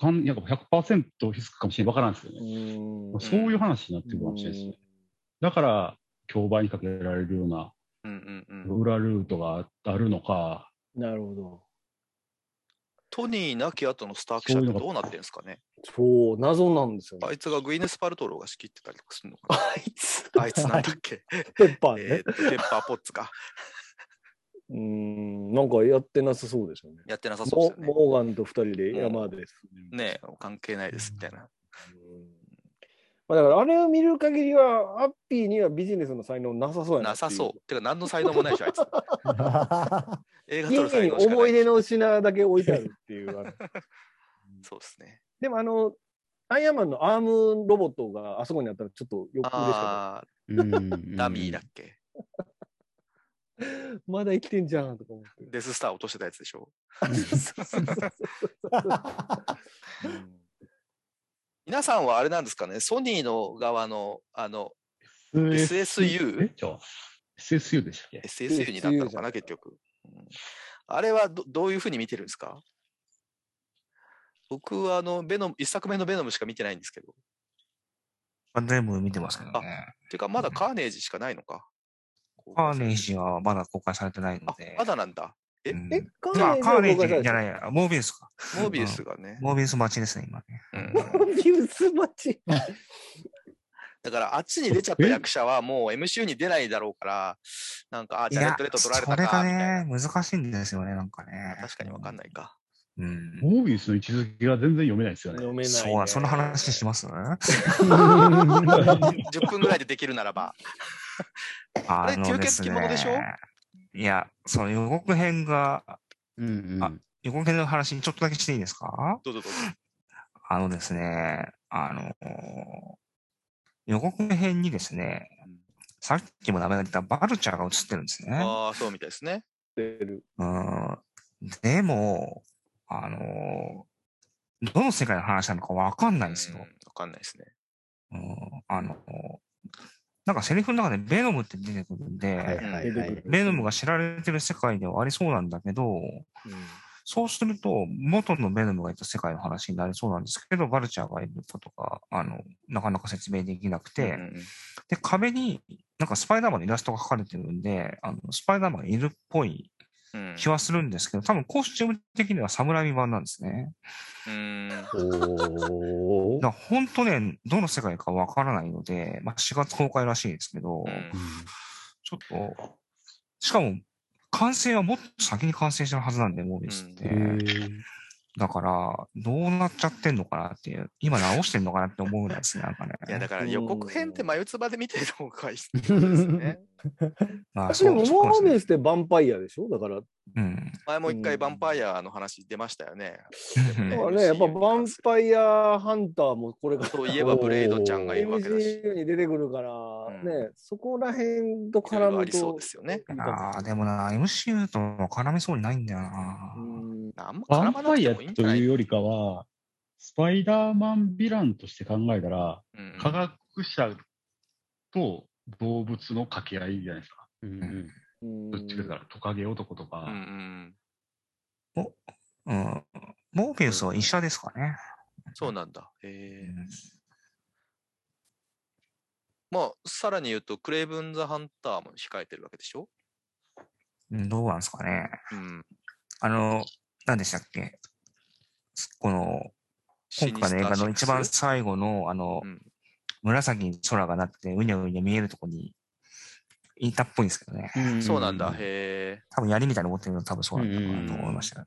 Speaker 4: かんいや100%リスクかもしれない。わからんですよね。
Speaker 3: うん
Speaker 4: そういう話になってくるかもしれないですね。だから、競売にかけられるような
Speaker 1: うんうんうん
Speaker 4: 裏ルートがあるのか、
Speaker 3: なるほど。
Speaker 1: トニーなき後のスターク社ってどうなってんですかね
Speaker 3: そう、謎なんですよね。
Speaker 1: あいつがグイネス・パルトローが仕切ってたりとかするのか な
Speaker 3: いつ
Speaker 1: あいつなんだっけ
Speaker 3: ペッパー
Speaker 1: えー
Speaker 3: ね
Speaker 1: っ。と、ペッパーポッツか。
Speaker 3: うん、なんかやってなさそうですよね。
Speaker 1: やってなさそう
Speaker 3: モ
Speaker 1: ですよね。
Speaker 3: モーガンと二人で山で進んでる
Speaker 1: ねえ関係ないですみたいな。
Speaker 3: うんまあ、だからあれを見る限りは、アッピーにはビジネスの才能なさそうやな
Speaker 1: な
Speaker 3: ってい
Speaker 1: さそう。てか、何の才能もないでしょ、 あいつ。映画撮る
Speaker 3: 家
Speaker 1: 才
Speaker 3: に
Speaker 1: 能しかな
Speaker 3: 思い
Speaker 1: い。
Speaker 3: 出の品だけ置いてあるっていう。あの
Speaker 1: そうですね。
Speaker 3: でもあの、アイアンマンのアームロボットがあそこにあったらちょっとよく嬉しかっ
Speaker 1: ああ、
Speaker 2: うん
Speaker 1: ダミーだっけ、
Speaker 3: た。まだ生きてんじゃんとか思 って。
Speaker 1: デススター落としてたやつでしょ。 皆さんはあれなんですかね、ソニーの側の、あの、SSU
Speaker 4: えちょ ?SSU でしたっけ
Speaker 1: SSU になったのかな、結局。うんあれはどどういうふうに見てるんですか僕はあの、ベノム、一作目のベノムしか見てないんですけど。っ
Speaker 5: まあ全部見てますけどね。
Speaker 1: ていうか、まだカーネージしかないのか。
Speaker 5: カーネージはまだ公開されてないの
Speaker 1: あ
Speaker 5: で。、
Speaker 1: まだなんだ。え
Speaker 5: うん
Speaker 3: え、カ
Speaker 5: あ、カー
Speaker 3: ー
Speaker 5: ネ
Speaker 3: ネ
Speaker 5: ー
Speaker 3: ー
Speaker 5: ジ
Speaker 3: ジ
Speaker 5: じ
Speaker 3: じ
Speaker 5: ゃ
Speaker 3: ゃ
Speaker 5: ない
Speaker 3: ない。
Speaker 5: や、モービウスか。
Speaker 1: モービウスがね。
Speaker 5: モービウス待ちですね、今ね。
Speaker 1: うん
Speaker 3: ビウス待ち。
Speaker 1: だから、あっちに出ちゃった役者はもう MCU に出ないだろうから、なんか、あ、ジャレット・レット取られたか、
Speaker 5: それ
Speaker 1: みた
Speaker 5: が
Speaker 1: いな
Speaker 5: ね、。難しいんですよね、なんかね。
Speaker 1: 確かにわかんないか。
Speaker 5: うん。
Speaker 4: モービウスの位置づけが全然読めないですよね。
Speaker 3: 飲めない、ね。
Speaker 5: そうだ、その話しま す
Speaker 1: 10分ぐらいでできるならば。
Speaker 5: あ
Speaker 1: れ吸血鬼ものでしょ
Speaker 5: いや、その予告編が、
Speaker 2: うんうん
Speaker 5: 予告編の話にちょっとだけしていいですか
Speaker 1: どうぞどうぞ。
Speaker 5: あのですね、あの予告編にですね、さっきも名前が出たバルチャーが映ってるんですね。
Speaker 1: ああ、そうみたいですね。
Speaker 3: てる。
Speaker 5: うんでも、あのどの世界の話なのかわかんないんです
Speaker 1: うん
Speaker 5: よ
Speaker 1: わ。かんないですね。
Speaker 5: うんあのなんかセリフの中でベノムって出てくるんで、
Speaker 2: はいはいはい。
Speaker 5: ベノムが知られてる世界ではありそうなんだけど、そうすると、元のベノムがいた世界の話になりそうなんですけど、バルチャーがいることが、あの、なかなか説明できなくて、
Speaker 1: うんうん
Speaker 5: で、壁に、なんかスパイダーマンのイラストが描かれてるんで、あのスパイダーマンがいるっぽい
Speaker 1: うん
Speaker 5: 気はするんですけど、多分コスチューム的には侍版なんですね。
Speaker 1: うん
Speaker 2: お
Speaker 5: だ
Speaker 2: ー
Speaker 5: から本当ね、どの世界かわからないので、まあ4月公開らしいですけど、
Speaker 1: うん
Speaker 5: ちょっと、しかも、完成はもっと先に完成してるはずなんで、モービスって。
Speaker 2: へー
Speaker 5: だから、どうなっちゃってんのかなっていう、今直してんのかなって思うんですね、なんかね。
Speaker 1: いや、だから予告編って眉唾で見てる方がいいですね。
Speaker 5: まあ、
Speaker 3: でも、
Speaker 5: そう
Speaker 3: モ
Speaker 5: そう
Speaker 3: ービ
Speaker 5: ですね
Speaker 3: ウスってヴァンパイアでしょだから、
Speaker 5: うん。
Speaker 1: 前も一回ヴァンパイアの話出ましたよね。
Speaker 3: だ
Speaker 1: ん
Speaker 3: からね、やっぱヴァンパイアハンターもこれから
Speaker 1: といえばブレードちゃんがいるわけだし、
Speaker 3: MCU に出てくるから、
Speaker 1: ん
Speaker 3: ね、そこら辺と
Speaker 1: いろ
Speaker 3: 絡む
Speaker 1: いろ
Speaker 3: と。
Speaker 1: ありそうですよね。
Speaker 5: ああ、でもな、MCU との絡みそうにないんだよな
Speaker 3: う。ん
Speaker 1: あんま
Speaker 4: バ
Speaker 1: 絡
Speaker 4: ン
Speaker 1: まな
Speaker 4: パ
Speaker 1: く
Speaker 4: イ
Speaker 1: て
Speaker 4: ア
Speaker 1: もいいん
Speaker 4: と
Speaker 1: じゃない
Speaker 4: いうよりかは、スパイダーマンヴィランとして考えたら、
Speaker 1: うん
Speaker 4: 科学者と動物の掛け合いじゃないですか。
Speaker 2: うんうん
Speaker 3: うん
Speaker 4: どっちかだから、トカゲ男とか
Speaker 1: う、ん
Speaker 5: うん。モービウスは医者ですかね。
Speaker 1: うん、そうなんだ。え
Speaker 5: う
Speaker 1: ー
Speaker 5: ん
Speaker 1: まあ、さらに言うと、クレイブン・ザ・ハンターも控えてるわけでしょ、
Speaker 5: うんどうなんですかね。
Speaker 1: うん、
Speaker 5: あの、何でしたっけこの、今回の映画の一番最後の、あの、
Speaker 1: うん
Speaker 5: 紫に空がなって、うにゃうにゃ見えるとこに、いたっぽいんですけどね。
Speaker 1: シニスターシックスそうなんだ。へえ。
Speaker 5: 多分槍みたいに持ってるの多分そうなんだろうなと思いましたね。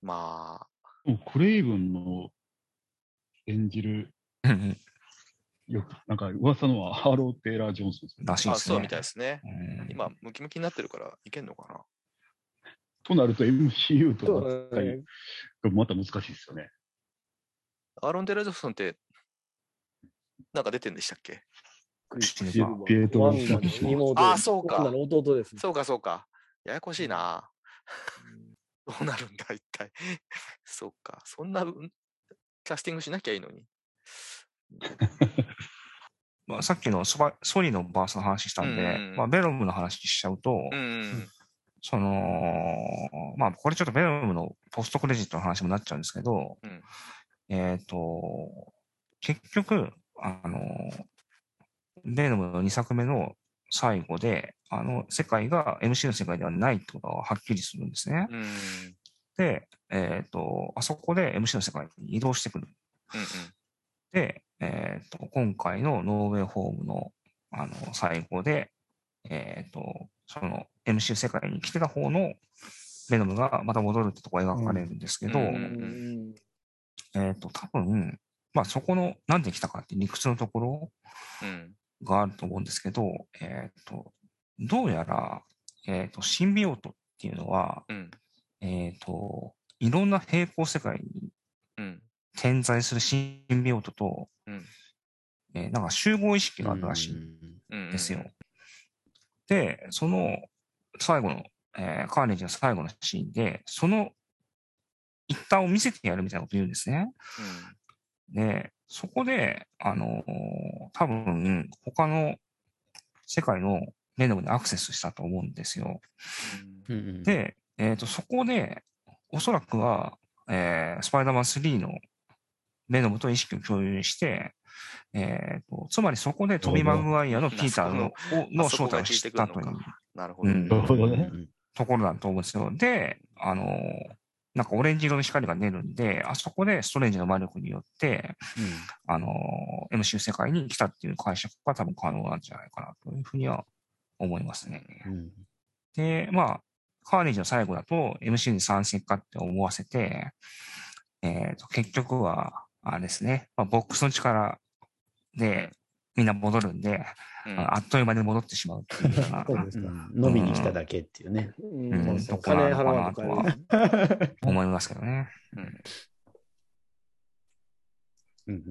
Speaker 1: まあ、
Speaker 4: でもクレイブンの演じる、
Speaker 5: うんうん
Speaker 4: よく、なんか噂のはハロー・テイラー・ジョンソンですね
Speaker 5: らしい
Speaker 1: あ
Speaker 5: ですね。
Speaker 1: そうみたいですね。
Speaker 5: うん
Speaker 1: 今、ムキムキになってるから、いけんのかな
Speaker 4: となると MCU と
Speaker 3: そ
Speaker 4: の
Speaker 3: う
Speaker 4: 戦
Speaker 3: だ
Speaker 4: い
Speaker 3: ね
Speaker 4: がまた難しいですよね。
Speaker 1: アーロン・デラ・ジョフソンって、なんか出てんでしたっけ
Speaker 3: クリス
Speaker 5: シ
Speaker 3: シル
Speaker 5: ル
Speaker 3: バ
Speaker 5: バ
Speaker 4: ーピエ
Speaker 3: ー
Speaker 4: トロ
Speaker 3: ワンダの妹
Speaker 1: あそうか
Speaker 3: ワンダの弟です。
Speaker 1: そうか、そうか。ややこしいな。 どうなるんだ、一体。 そうか。そんな、うんキャスティングしなきゃいいのに。
Speaker 5: まあ、さっきのソバソニーのバースの話したんで、
Speaker 1: うん
Speaker 5: まあ、ベノムの話しちゃうと、
Speaker 1: うん。
Speaker 5: その、まあ、これちょっとベノムのポストクレジットの話にもなっちゃうんですけど、
Speaker 1: うん
Speaker 5: えっ、と、結局、あの、ベノムの2作目の最後で、あの、世界が MC の世界ではないってことがはっきりするんですね。
Speaker 1: うん。うん。
Speaker 5: で、えっ、と、あそこで MC の世界に移動してくる。で、えっ、と、今回のノーウェイホームの、あの、最後で、えっ、と、その MC 世界に来てた方のベノムがまた戻るってとこが描かれるんですけど、
Speaker 1: うんう
Speaker 3: うんん
Speaker 5: えっ、と、多分、まあそこの、なんで来たかって理屈のところ
Speaker 1: うん。
Speaker 5: があると思うんですけど、えっ、と、どうやら、えっ、と、シンビオートっていうのは、
Speaker 1: うん。
Speaker 5: えっ、と、いろんな平行世界に
Speaker 1: うん。
Speaker 5: 点在するシンビオートと、
Speaker 1: うん
Speaker 5: えーなんか集合意識があるらしいん
Speaker 1: うん。
Speaker 5: ですよ。で、その最後の、えーカーネージの最後のシーンで、その一端を見せてやるみたいなこと言うんですね。で、そこで、あのー多分、他の世界のメノムにアクセスしたと思うんですよ。
Speaker 1: うん。
Speaker 2: うん。
Speaker 5: で、えー、とそこで、おそらくは、えースパイダーマン3のベノムと意識を共有して、えーとつまりそこでトビ・マグワイアのピーターのをの
Speaker 1: あそ
Speaker 5: 正
Speaker 1: こ
Speaker 5: 体
Speaker 1: が
Speaker 5: を
Speaker 1: 聞い
Speaker 5: 知
Speaker 1: て
Speaker 5: っ
Speaker 1: くる
Speaker 5: た
Speaker 1: の
Speaker 5: と
Speaker 1: か
Speaker 5: いう
Speaker 1: なるほど。
Speaker 5: うん
Speaker 4: なるほどね。
Speaker 5: ところだと思うんですよ。で、あのーなんかオレンジ色の光が出るんで、あそこでストレンジの魔力によって、あのー MC 世界に来たっていう解釈が多分可能なんじゃないかなというふうには思いますね。
Speaker 2: うん
Speaker 5: で、まあ、カーネージの最後だと MC に参戦かって思わせて、えー、と結局は、あれですね、まあ、ボックスの力でみんな戻るんで、
Speaker 1: うん
Speaker 5: ああっという間に戻ってしまうっていうような
Speaker 6: そうです
Speaker 2: う
Speaker 6: か。
Speaker 2: ん飲みに来ただけっていうね。
Speaker 3: うん
Speaker 5: うん
Speaker 3: うん
Speaker 5: とこ
Speaker 3: 金
Speaker 5: なの
Speaker 3: 払
Speaker 5: か
Speaker 3: わ
Speaker 5: なんと
Speaker 3: とか
Speaker 5: は
Speaker 3: ね。
Speaker 5: 思いますけどね。
Speaker 2: うん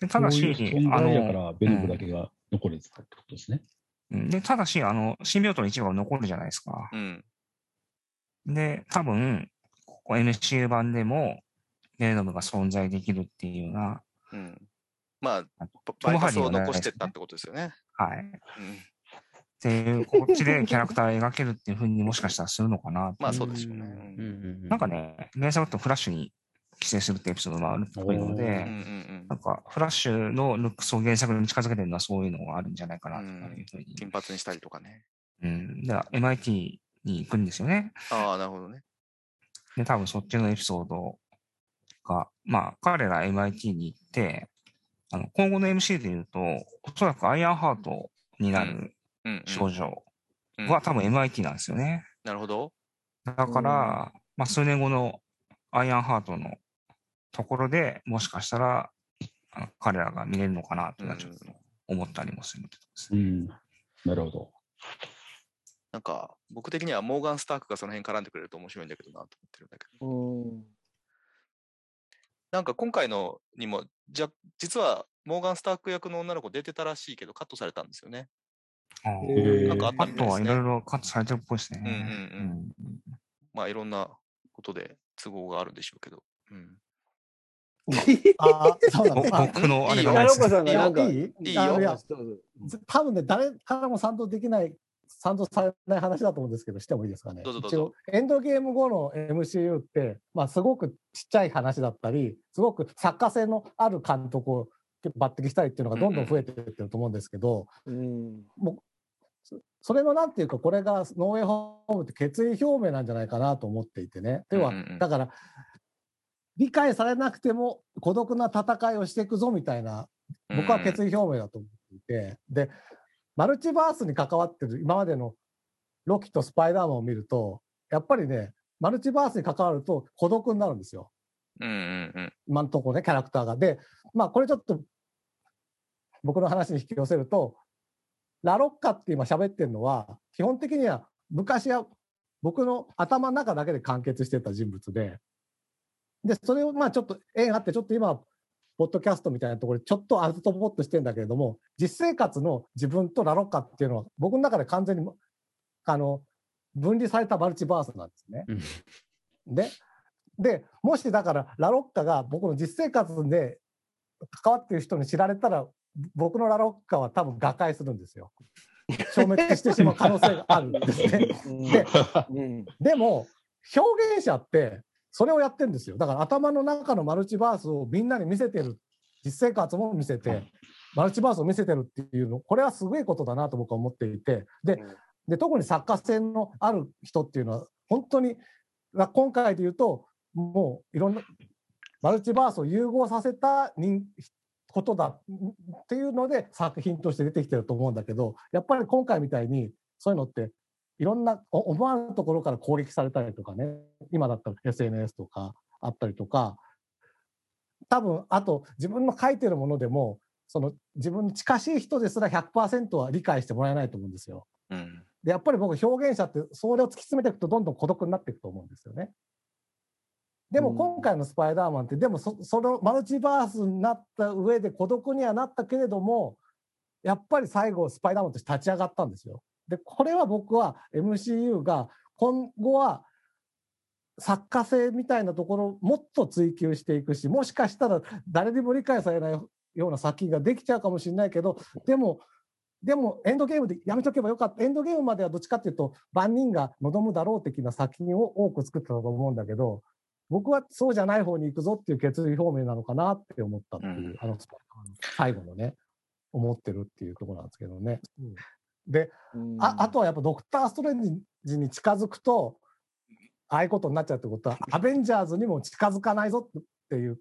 Speaker 5: でただし、
Speaker 4: そういう存
Speaker 5: あ
Speaker 4: 在やか
Speaker 5: の、
Speaker 4: ら、ベノムだけが残れてたってことですね。
Speaker 5: うんでただし、あの、新病棟の一部が残るじゃないですか。
Speaker 1: うん。
Speaker 5: で、多分、ここ MCU 版でも、ベノムが存在できるっていうような、
Speaker 1: うん。まあ、
Speaker 5: ト
Speaker 1: バ
Speaker 5: ム
Speaker 1: イパ
Speaker 5: ハリ
Speaker 1: ス
Speaker 5: ー
Speaker 1: を
Speaker 5: はね
Speaker 1: 残してったってことですよね。
Speaker 5: はい、
Speaker 1: うん。
Speaker 5: っていう、こっちでキャラクターを描けるっていうふうにもしかしたらするのかな。
Speaker 1: まあ、そうでしょうね。
Speaker 2: うんうんうん
Speaker 5: なんかね、名作とフラッシュに寄生するってエピソードがあるっぽいの
Speaker 1: うん。う
Speaker 5: で、
Speaker 1: ん。う
Speaker 5: な
Speaker 1: ん。
Speaker 5: んかフラッシュのルックスを原作に近づけてるのはそういうのがあるんじゃないかなというふうに。
Speaker 1: 金髪にしたりとかね。
Speaker 5: うん。で、MIT に行くんですよね。
Speaker 1: ああ、なるほどね。
Speaker 5: で、多分そっちのエピソードが、まあ、彼ら MIT に行って、あの、今後の MC で言うと、おそらくアイアンハートになる
Speaker 1: うんうん。
Speaker 5: 少女
Speaker 1: うん
Speaker 5: は多分 MIT なんですよね。
Speaker 1: なるほど。
Speaker 5: だから、まあ、数年後のアイアンハートのところでもしかしたらあの彼らが見れるのかなというのはちょっと思ったりもするんです
Speaker 4: う
Speaker 5: ね。
Speaker 4: ん。なるほど。
Speaker 1: なんか、僕的にはモーガン・スタークがその辺絡んでくれると面白いんだけどなと思ってるんだけど。
Speaker 3: うん
Speaker 1: なんか今回のにも、じゃ、実はモーガン・スターク役の女の子出てたらしいけど、カットされたんですよね。
Speaker 5: あ
Speaker 3: え
Speaker 5: ー
Speaker 3: ー
Speaker 1: なんかあった
Speaker 5: あ
Speaker 1: みた
Speaker 5: と
Speaker 1: いで
Speaker 5: は
Speaker 1: す
Speaker 5: い
Speaker 1: ね。
Speaker 5: ろいろカットされてるっぽいですね。
Speaker 1: うんうんうん
Speaker 5: うん
Speaker 1: まあ、いろんなことで都合があるんでしょうけど。うん。
Speaker 6: ああ、そうなん
Speaker 5: ぼ
Speaker 6: だ。
Speaker 5: 僕のあれ
Speaker 1: いいよ
Speaker 5: がな
Speaker 3: 奈良岡さ
Speaker 5: いですね。
Speaker 3: んがなんか
Speaker 6: い、い
Speaker 1: いい
Speaker 6: あ
Speaker 1: よ
Speaker 6: のや、
Speaker 3: どうぞ
Speaker 6: 多分ね、誰からも賛同できない、賛同されない話だと思うんですけど、してもいいですかね。
Speaker 1: どうぞどうぞ
Speaker 6: 一応、エンドゲーム後の MCU って、まあ、すごくちっちゃい話だったり、すごく作家性のある監督を抜擢したりっていうのがどんどん増えてってると思うんですけど、
Speaker 3: うん
Speaker 6: もうそそれのなんていうかこれがノーウェイホームって決意表明なんじゃないかなと思っていてね。では、
Speaker 1: うんうんうん
Speaker 6: だから理解されなくても孤独な戦いをしていくぞみたいな僕は決意表明だと思っていて、でマルチバースに関わってる今までのロキとスパイダーマンを見るとやっぱりねマルチバースに関わると孤独になるんですよ。
Speaker 1: うんうんうん
Speaker 6: 今のところね、キャラクターが。で、まあ、これちょっと、僕の話に引き寄せると、ラロッカって今喋ってるのは、基本的には昔は僕の頭の中だけで完結してた人物で、で、それをまあちょっと縁あって、ちょっと今、ポッドキャストみたいなところでちょっとアウトボットしてんだけれども、実生活の自分とラロッカっていうのは、僕の中で完全に、あの、分離されたマルチバースなんですね。
Speaker 2: うん
Speaker 6: で、で、もしだから、ラロッカが僕の実生活で関わってる人に知られたら、僕のラロッカは多分瓦解するんですよ。消滅してしまう可能性があるんですね。で
Speaker 3: うん。
Speaker 6: でも、表現者って、それをやってるんですよ。だから頭の中のマルチバースをみんなに見せてる、実生活も見せて、マルチバースを見せてるっていうの、これはすごいことだなと僕は思っていて、で
Speaker 3: うん、
Speaker 6: で特に作家性のある人っていうのは、本当に、まあ今回で言うと、もういろんな、マルチバースを融合させた人ことだっていうので作品として出てきてると思うんだけど、やっぱり今回みたいに、そういうのっていろんなお思わぬところから攻撃されたりとかね、今だったら SNS とかあったりとか、多分あと自分の書いてるものでも、その自分に近しい人ですら100%は理解してもらえないと思うんですよ。
Speaker 1: うん。
Speaker 6: で、やっぱり僕、表現者って、それを突き詰めていくと、どんどん孤独になっていくと思うんですよね。でも
Speaker 3: うん
Speaker 6: 今回のスパイダーマンって、でもそそのマルチバースになった上で孤独にはなったけれども、やっぱり最後、スパイダーマンとして立ち上がったんですよ。で、これは僕は MCU が今後は作家性みたいなところをもっと追求していくし、もしかしたら誰にも理解されないような作品ができちゃうかもしれないけど、でも、でもエンドゲームでやめとけばよかった。エンドゲームまではどっちかっていうと、万人が望むだろう的な作品を多く作ってたと思うんだけど、僕はそうじゃない方に行くぞっていう決意表明なのかなって思ったっていう、
Speaker 1: うん
Speaker 6: あの、最後のね、思ってるっていうところなんですけどね。で、ああとはやっぱドクター・ストレンジに近づくと、ああいうことになっちゃうってことは、アベンジャーズにも近づかないぞっていう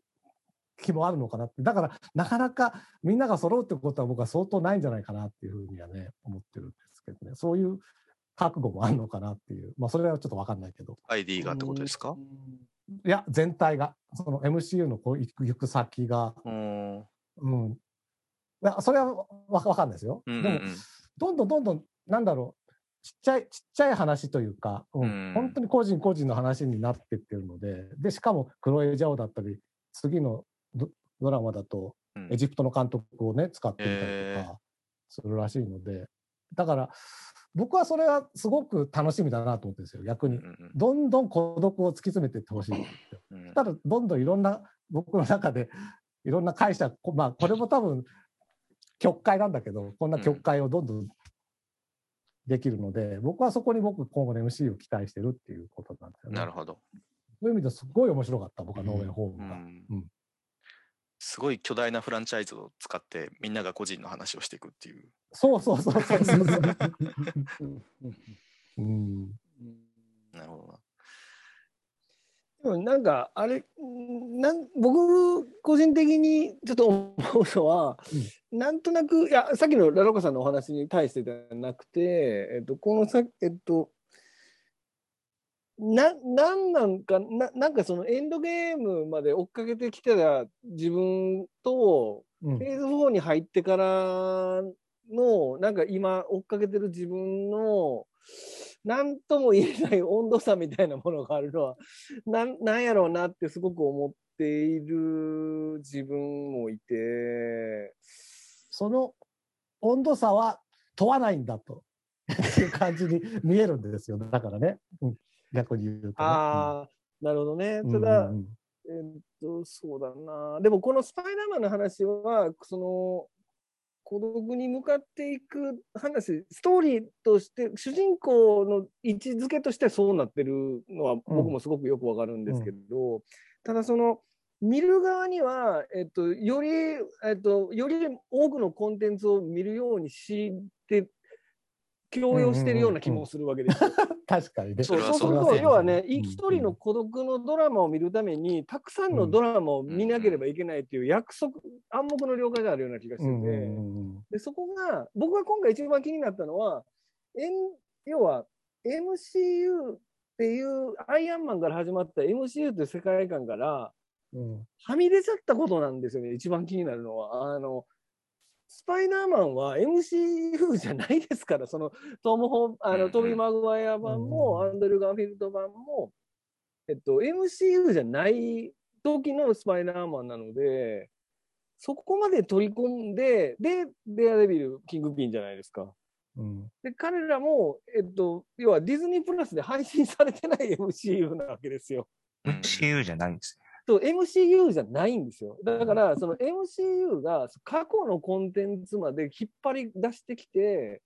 Speaker 6: 気もあるのかなって。だから、なかなかみんなが揃うってことは僕は相当ないんじゃないかなっていうふうにはね、思ってるんですけどね。そういう覚悟もあるのかなっていう。まあ、それはちょっとわかんないけど。
Speaker 1: ID がってことですか
Speaker 6: いや、全体が、その MCU のこう行く行く先が、
Speaker 1: うん。うん
Speaker 6: うん。いや、それはわわかんないですよ。
Speaker 1: う
Speaker 6: で
Speaker 1: ん
Speaker 6: も、どんどんどんどん、なんだろう、ちっちゃい、ちっちゃい話というか、うん
Speaker 1: うん
Speaker 6: 本当に個人個人の話になってってるので、で、しかも、クロエ・ジャオだったり、次のドドラマだと、
Speaker 1: うん
Speaker 6: エジプトの監督をね、使ってみた
Speaker 1: へ
Speaker 6: りと
Speaker 1: ー
Speaker 6: か、するらしいので、だから、僕はそれはすごく楽しみだなと思ってるんですよ、逆
Speaker 1: うん
Speaker 6: に。どんどん孤独を突き詰めていってほしい。
Speaker 1: うんうん
Speaker 6: ただどんどんいろんな僕の中でいろんな解釈こまあこれも多分曲解なんだけどこんな曲解をどんどんできるので、僕はそこに僕今後の MC を期待してるっていうことなんですよね。
Speaker 1: なるほど。
Speaker 6: そういう意味ですごい面白かった僕はノーウェイホー
Speaker 1: う
Speaker 6: ムが。
Speaker 1: ん
Speaker 6: うん
Speaker 1: すごい巨大なフランチャイズを使ってみんなが個人の話をしていくっていう。
Speaker 6: そうそうそうそう そうそう。うん
Speaker 1: なるほどな。
Speaker 3: でもなんかあれんなん僕個人的にちょっと思うのは、なんとなくいやさっきのラロカさんのお話に対してではなくて、えっと、このさえっとななんなんかななんかそのエンドゲームまで追っかけてきてた自分と
Speaker 6: うん
Speaker 3: フェーズ4に入ってからの、なんか今追っかけてる自分の、なんとも言えない温度差みたいなものがあるのは、なんなんやろうなってすごく思っている自分もいて、
Speaker 6: その温度差は問わないんだとっていう感じに見えるんですよだからね、うん逆に言うと、ね。
Speaker 3: ああ、なるほどね。
Speaker 6: うん
Speaker 3: ただ、
Speaker 6: うんうん
Speaker 3: えーっと、そうだな。でも、このスパイダーマンの話は、その、孤独に向かっていく話、ストーリーとして、主人公の位置づけとしてそうなってるのは、僕もすごくよくわかるんですけど、ただその、見る側には、えっと、より、えっと、より多くのコンテンツを見るようにして、強要してるような気もするわけですよ
Speaker 6: 確かにね。
Speaker 1: そ
Speaker 3: そう
Speaker 1: れは
Speaker 3: そうする
Speaker 1: そう
Speaker 3: と、
Speaker 1: ですね
Speaker 3: 要はね、
Speaker 6: うん
Speaker 3: 一人の孤独のドラマを見るために、たくさん
Speaker 6: う
Speaker 3: の
Speaker 6: ん
Speaker 3: ドラマを見なければいけないっていう約束、暗黙の了解があるような気がして
Speaker 6: う
Speaker 3: て、
Speaker 6: んうんうんうん
Speaker 3: でそこが、僕が今回一番気になったのは、エン要は MCU っていう、アイアンマンから始まった MCU という世界観から、
Speaker 6: うん
Speaker 3: はみ出ちゃったことなんですよね、一番気になるのは。あのスパイダーマンは MCU じゃないですから、そのトム・ホーあ
Speaker 1: うんう
Speaker 3: の
Speaker 1: ん
Speaker 3: トビー・マグワイア版も、
Speaker 6: う
Speaker 3: ア
Speaker 6: ん
Speaker 3: ンドリュー・ガーフィールド版も、えっと、MCU じゃない時のスパイダーマンなので、そこまで取り込んで、で、デアデビル、キングピンじゃないですか。
Speaker 6: うん
Speaker 3: で、彼らも、えっと、要はディズニープラスで配信されてない MCU なわけですよ。
Speaker 1: うん
Speaker 5: MCU じゃないんですね。
Speaker 3: そう MCU じゃないんですよ。だから、その MCU が過去のコンテンツまで引っ張り出してきて、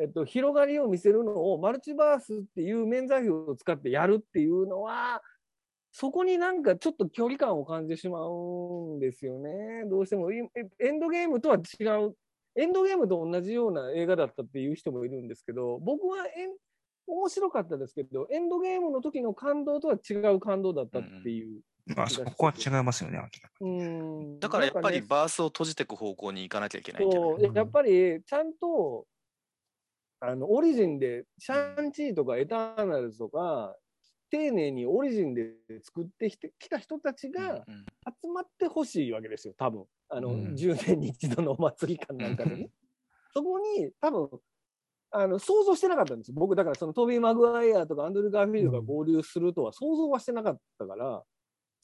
Speaker 3: えっと、広がりを見せるのをマルチバースっていう免罪符を使ってやるっていうのは、そこになんかちょっと距離感を感じてしまうんですよね。どうしても、いエンドゲームとは違う。エンドゲームと同じような映画だったっていう人もいるんですけど、僕はエン面白かったですけど、エンドゲームの時の感動とは違う感動だったっていう。
Speaker 5: まあ、そこは違いますよね、明らか
Speaker 3: うん
Speaker 1: だからやっぱり
Speaker 3: なんか
Speaker 1: バースを閉じていく方向に行かなきゃいけないん
Speaker 3: ね
Speaker 1: じゃない
Speaker 3: そうやっぱりちゃんとあのオリジンでシャンチーとかエターナルズとか丁寧にオリジンで作ってきてきた人たち
Speaker 1: う
Speaker 3: が
Speaker 1: んうん
Speaker 3: 集まってほしいわけですよ多分あの、
Speaker 5: うん
Speaker 3: 10年に一度のお祭り感なんかで ね。そこに多分あの想像してなかったんですよ僕だからそのトビー・マグワイアとかアンドリュー・ガーフィールドが合流するとは想像はしてなかったから、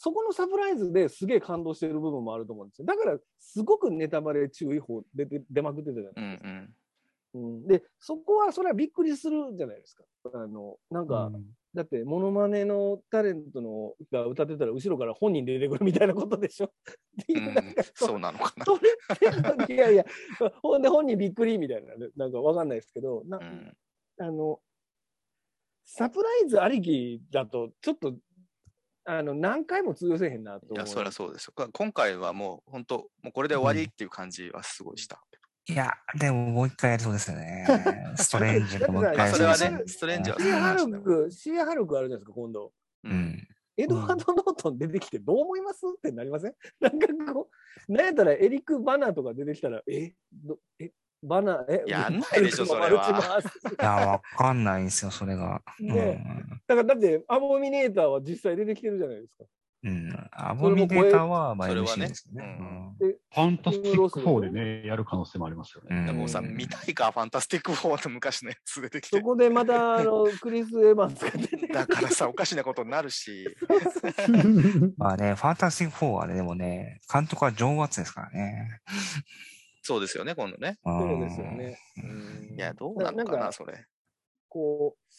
Speaker 3: そこのサプライズですげえ感動してる部分もあると思うんですよ。だから、すごくネタバレ注意報出て出まくってたじゃない、
Speaker 1: うんうん
Speaker 3: うんで、そこは、それはびっくりするじゃないですか。あの、なんか、だって、モノマネのタレントのが歌ってたら、後ろから本人出てくるみたいなことでしょっていう う、なん
Speaker 1: ん
Speaker 3: か、
Speaker 1: そうなのかな。
Speaker 3: それって、いやいや、ほんで本人びっくりみたいなね、なんかわかんないですけど、な
Speaker 1: うん
Speaker 3: あの、サプライズありきだと、ちょっと、あの、何回も通用せえへんなと
Speaker 1: い
Speaker 3: 思。
Speaker 1: うや、そりゃそうですよ。今回はもう本当、もうこれで終わりっていう感じはすごいした。
Speaker 5: に。いや、でももう一回やりそうですよ ね。ストレンジがもう一
Speaker 1: ま
Speaker 5: 回
Speaker 1: あ、
Speaker 5: や
Speaker 1: それ
Speaker 5: りうで
Speaker 1: は
Speaker 5: すよ
Speaker 1: ね、ストレンジは
Speaker 3: シーハルク、シーハルクあるじゃないですか、今度。
Speaker 1: う。
Speaker 5: うんん。
Speaker 3: エドワード・ノートン出てきてどう思いますってなりません なんかこう、なんやったらエリック・バナーとか出てきたら、え、どえ、バナー、え、
Speaker 1: やんないでしょそれは
Speaker 3: マルチバース
Speaker 5: いや、わかんないんですよ、それが。
Speaker 3: ね だからだって、アボミネーターは実際出てきてるじゃない ですか。
Speaker 5: うん。うん。アボミネーターは、まあ、
Speaker 1: それも超え
Speaker 5: MC ですよね
Speaker 1: それはねう。ん
Speaker 5: うん
Speaker 4: ファンタスティック4でね、やる可能性もありますよね。
Speaker 5: うん
Speaker 1: でもさ、見たいか、ファンタスティック4の昔のやつ出てき
Speaker 3: そ
Speaker 1: て。
Speaker 3: こでまた、あの、クリス・エヴァンスが出てくる
Speaker 1: だからさ、おかしなことになるし、
Speaker 5: まあね、ファンタスティック4はね、でもね、監督はジョン・ワッツですからね。
Speaker 1: そうですよね、今度ね。
Speaker 5: そ
Speaker 3: そうですよ。ね。うん
Speaker 1: いや、どうなのかな、それ。
Speaker 3: こう、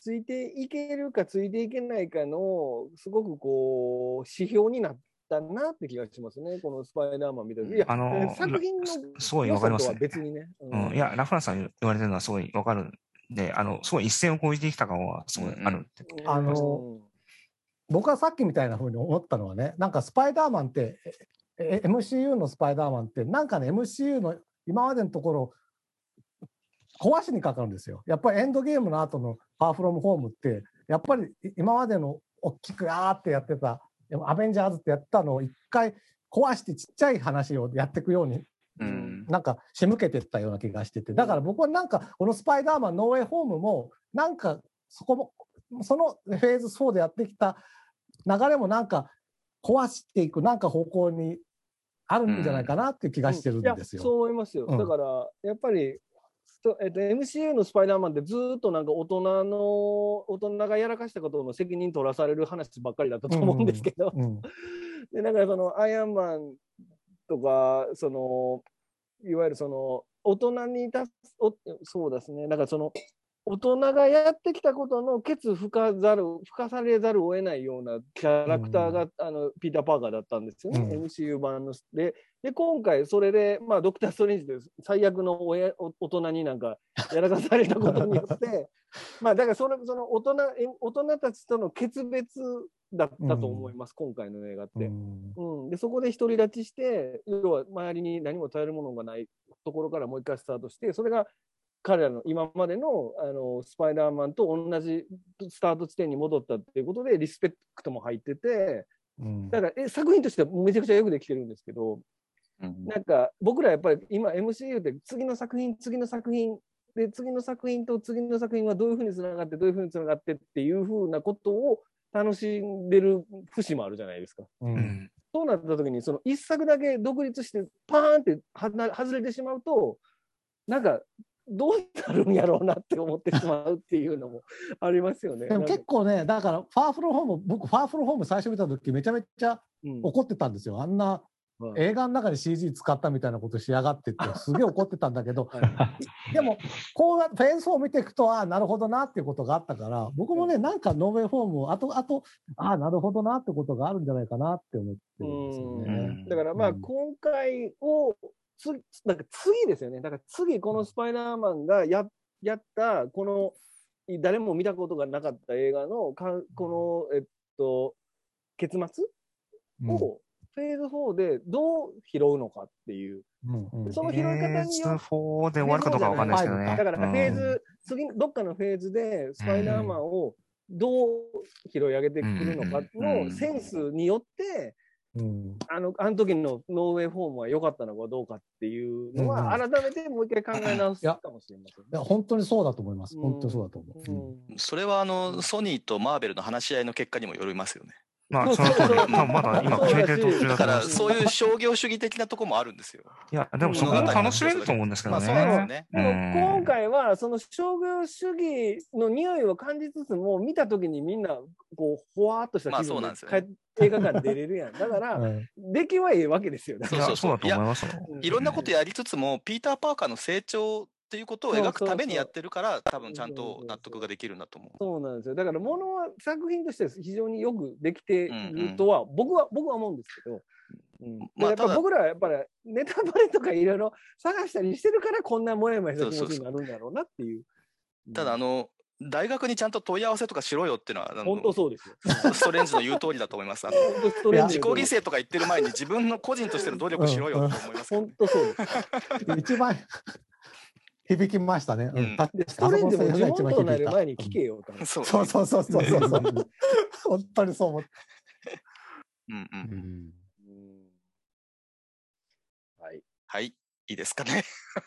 Speaker 3: ついていけるかついていけないかの、すごくこう、指標になったなって気がしますね、このスパイダーマンみたいな。いや、
Speaker 5: あの
Speaker 3: 作品の
Speaker 5: すすごいわかります
Speaker 3: 良さ
Speaker 5: ね
Speaker 3: とは別にね。う
Speaker 5: うん、いや、ラフランスさん言われてるのはすごいわかるんで、あの、すごい一線を越えてきた感はすごいあるって。
Speaker 3: うん
Speaker 6: あの僕はさっきみたいな風に思ったのはね、なんかスパイダーマンって、ええ MCU のスパイダーマンって、なんかね、MCU の今までのところ、壊しにかかるんですよ。やっぱりエンドゲームの後のパワーフロムホームって、やっぱりい今までの大きくあーってやってた、でもアベンジャーズってやったのを一回壊してちっちゃい話をやっていくように
Speaker 1: うん。
Speaker 6: なんか仕向けてったような気がしてて、だから僕はなんか、このスパイダーマン、ノーウェイホームも、なんか、そこも、そのフェーズ4でやってきた流れもなんか、壊していく、なんか方向にあるんじゃないかなっていう気がしてるんです
Speaker 3: いや
Speaker 6: よ。
Speaker 3: そう思いますよ。
Speaker 6: うん
Speaker 3: だから、やっぱり、とえっと、MCU のスパイダーマンってずーっとなんか大人の、大人がやらかしたことの責任取らされる話ばっかりだったと思うんですけど、
Speaker 6: うん
Speaker 3: で、だからその、アイアンマンとか、その、いわゆるその、大人にたお、そうですね、だからその、大人がやってきたことのケツ吹かざる、吹かされざるを得ないようなキャラクターが、あの、ピーター・パーカーだったんですよね、
Speaker 6: う
Speaker 3: MCU 版の。で、で、今回それで、まあ、ドクター・ストレンジで最悪の親、お大人になんか、やらかされたことによって、 まあ、だからその、その大人、え大人たちとの決別だったと思います、今回の映画って。
Speaker 6: うん
Speaker 3: うん、でそこで独り立ちして要は周りに何も頼るものがないところからもう一回スタートしてそれが彼らの今までのあのスパイダーマンと同じスタート地点に戻ったっていうことでリスペクトも入ってて
Speaker 6: うん
Speaker 3: だからえ作品としてはめちゃくちゃよくできてるんですけどなんか僕らやっぱり今 MCU って次の作品次の作品で次の作品と次の作品はどういうふうにつながってどういうふうにつながってっていうふうなことを楽しんでる節もあるじゃないですか。
Speaker 6: う
Speaker 5: うんん。
Speaker 3: そうなった時に、その一作だけ独立して、パーンってはな外れてしまうと、なんか、どうなるんやろうなって思ってしまうっていうのもありますよね。
Speaker 6: でも
Speaker 3: なん
Speaker 6: 結
Speaker 3: か
Speaker 6: 構ね、だから、ファーフローホーム、僕、ファーフローホーム最初見た時めちゃめちゃ
Speaker 3: うん
Speaker 6: 怒ってたんですよ。あんな
Speaker 3: はい
Speaker 6: 映画の中で CG 使ったみたいなことしやがって って、すげえ怒ってたんだけど、
Speaker 3: はい
Speaker 6: でも、こうやってフェースを見ていくと、ああ、なるほどなっていうことがあったから、僕もね、なんかノーベルフォームを、あと、あと、ああ、なるほどなってことがあるんじゃないかなって思ってるんですよ
Speaker 5: う
Speaker 6: ね。
Speaker 5: ん
Speaker 3: だからまあ
Speaker 6: うん
Speaker 3: 今回をつなんか次ですよね。だから次このスパイダーマンがややったこの誰も見たことがなかった映画のかこのえっと結末
Speaker 6: う
Speaker 3: をフェーズ4でどう拾うのかっていう。
Speaker 6: んうんうん
Speaker 3: その拾い方によって
Speaker 5: スタ4で終わるかどうかわかんないですけど
Speaker 3: だ
Speaker 5: ね。
Speaker 3: からフェーズ、
Speaker 5: うん
Speaker 3: 次どっかのフェーズでスパイダーマンをどう拾い上げてくるのか
Speaker 5: う
Speaker 3: の
Speaker 5: ん
Speaker 3: センスによって、
Speaker 6: うん
Speaker 3: あの、あの時のノーウェイフォームは良かったのかどうかっていうのは、
Speaker 6: う
Speaker 3: 改めてもう一回考え直すかもしれません
Speaker 6: いや本当にそうだと思います。本当にそうだと思う。
Speaker 3: ね。
Speaker 1: それはあのソニーとマーベルの話し合いの結果にもよりますよね。
Speaker 5: まあ、その通
Speaker 3: そ
Speaker 5: り、
Speaker 3: うそ
Speaker 5: 多
Speaker 3: う
Speaker 5: 分まだ今決めてる途中
Speaker 1: だか
Speaker 5: だと思
Speaker 1: ら
Speaker 5: います。
Speaker 1: そういう商業主義的なとこもあるんですよ。
Speaker 5: いや、でもそこも楽しめると思うんですけ
Speaker 1: ま
Speaker 5: ど
Speaker 1: あ
Speaker 5: ね。
Speaker 1: そうなんですよね。
Speaker 3: でも
Speaker 5: うん
Speaker 3: 今回はその商業主義の匂いを感じつつも見た時にみんなこうほわっとした気
Speaker 1: まあそう
Speaker 3: 分
Speaker 1: なん
Speaker 3: で
Speaker 1: ですよ
Speaker 3: 帰
Speaker 1: ね
Speaker 3: って映画館出れるやん。だから
Speaker 6: うん
Speaker 3: 出来はいいわけ ですよ。だか
Speaker 1: そう
Speaker 5: い
Speaker 3: ら
Speaker 1: そ
Speaker 5: や
Speaker 1: う
Speaker 5: そう
Speaker 1: そう
Speaker 5: だと思いますよ。
Speaker 1: いろんなことやりつつもピーター・パーカーの成長っていうことを描くためにやってるから多分ちゃんと納得ができるんだと思う。
Speaker 3: そうなんですよ。だからものは作品として非常によくできているとは、僕は僕は思うんですけど。うん
Speaker 1: まあ
Speaker 3: やっぱ
Speaker 1: ただ
Speaker 3: 僕らはやっぱりネタバレとかいろいろ探したりしてるからこんなもやもやした気
Speaker 1: そ
Speaker 3: 持
Speaker 1: うそうそ
Speaker 3: ちになるんだろうなっていう。
Speaker 1: ただあの大学にちゃんと問い合わせとかしろよっていうのはあの
Speaker 3: 本当そうですよ。
Speaker 1: ストレンジの言う通りだと思います。あの
Speaker 3: 本当ストレンジ
Speaker 1: 自己
Speaker 3: の
Speaker 1: 犠牲とか言ってる前に自分の個人としての努力しろよと思いますけど
Speaker 3: 本
Speaker 1: ね。
Speaker 3: 当そう です。
Speaker 6: 一番 響きましたね。
Speaker 1: うん
Speaker 6: 確かに
Speaker 3: ストレンジも
Speaker 6: あそ
Speaker 3: 自分
Speaker 6: このセリフが一
Speaker 3: と
Speaker 6: 番響
Speaker 3: ないる
Speaker 6: た
Speaker 3: 前に聞けよと。
Speaker 1: そう
Speaker 6: そうそうそうそうそうそう。本当にそう思って。
Speaker 1: うんう
Speaker 2: うんん
Speaker 3: うんはい。
Speaker 1: はい、いいですかね。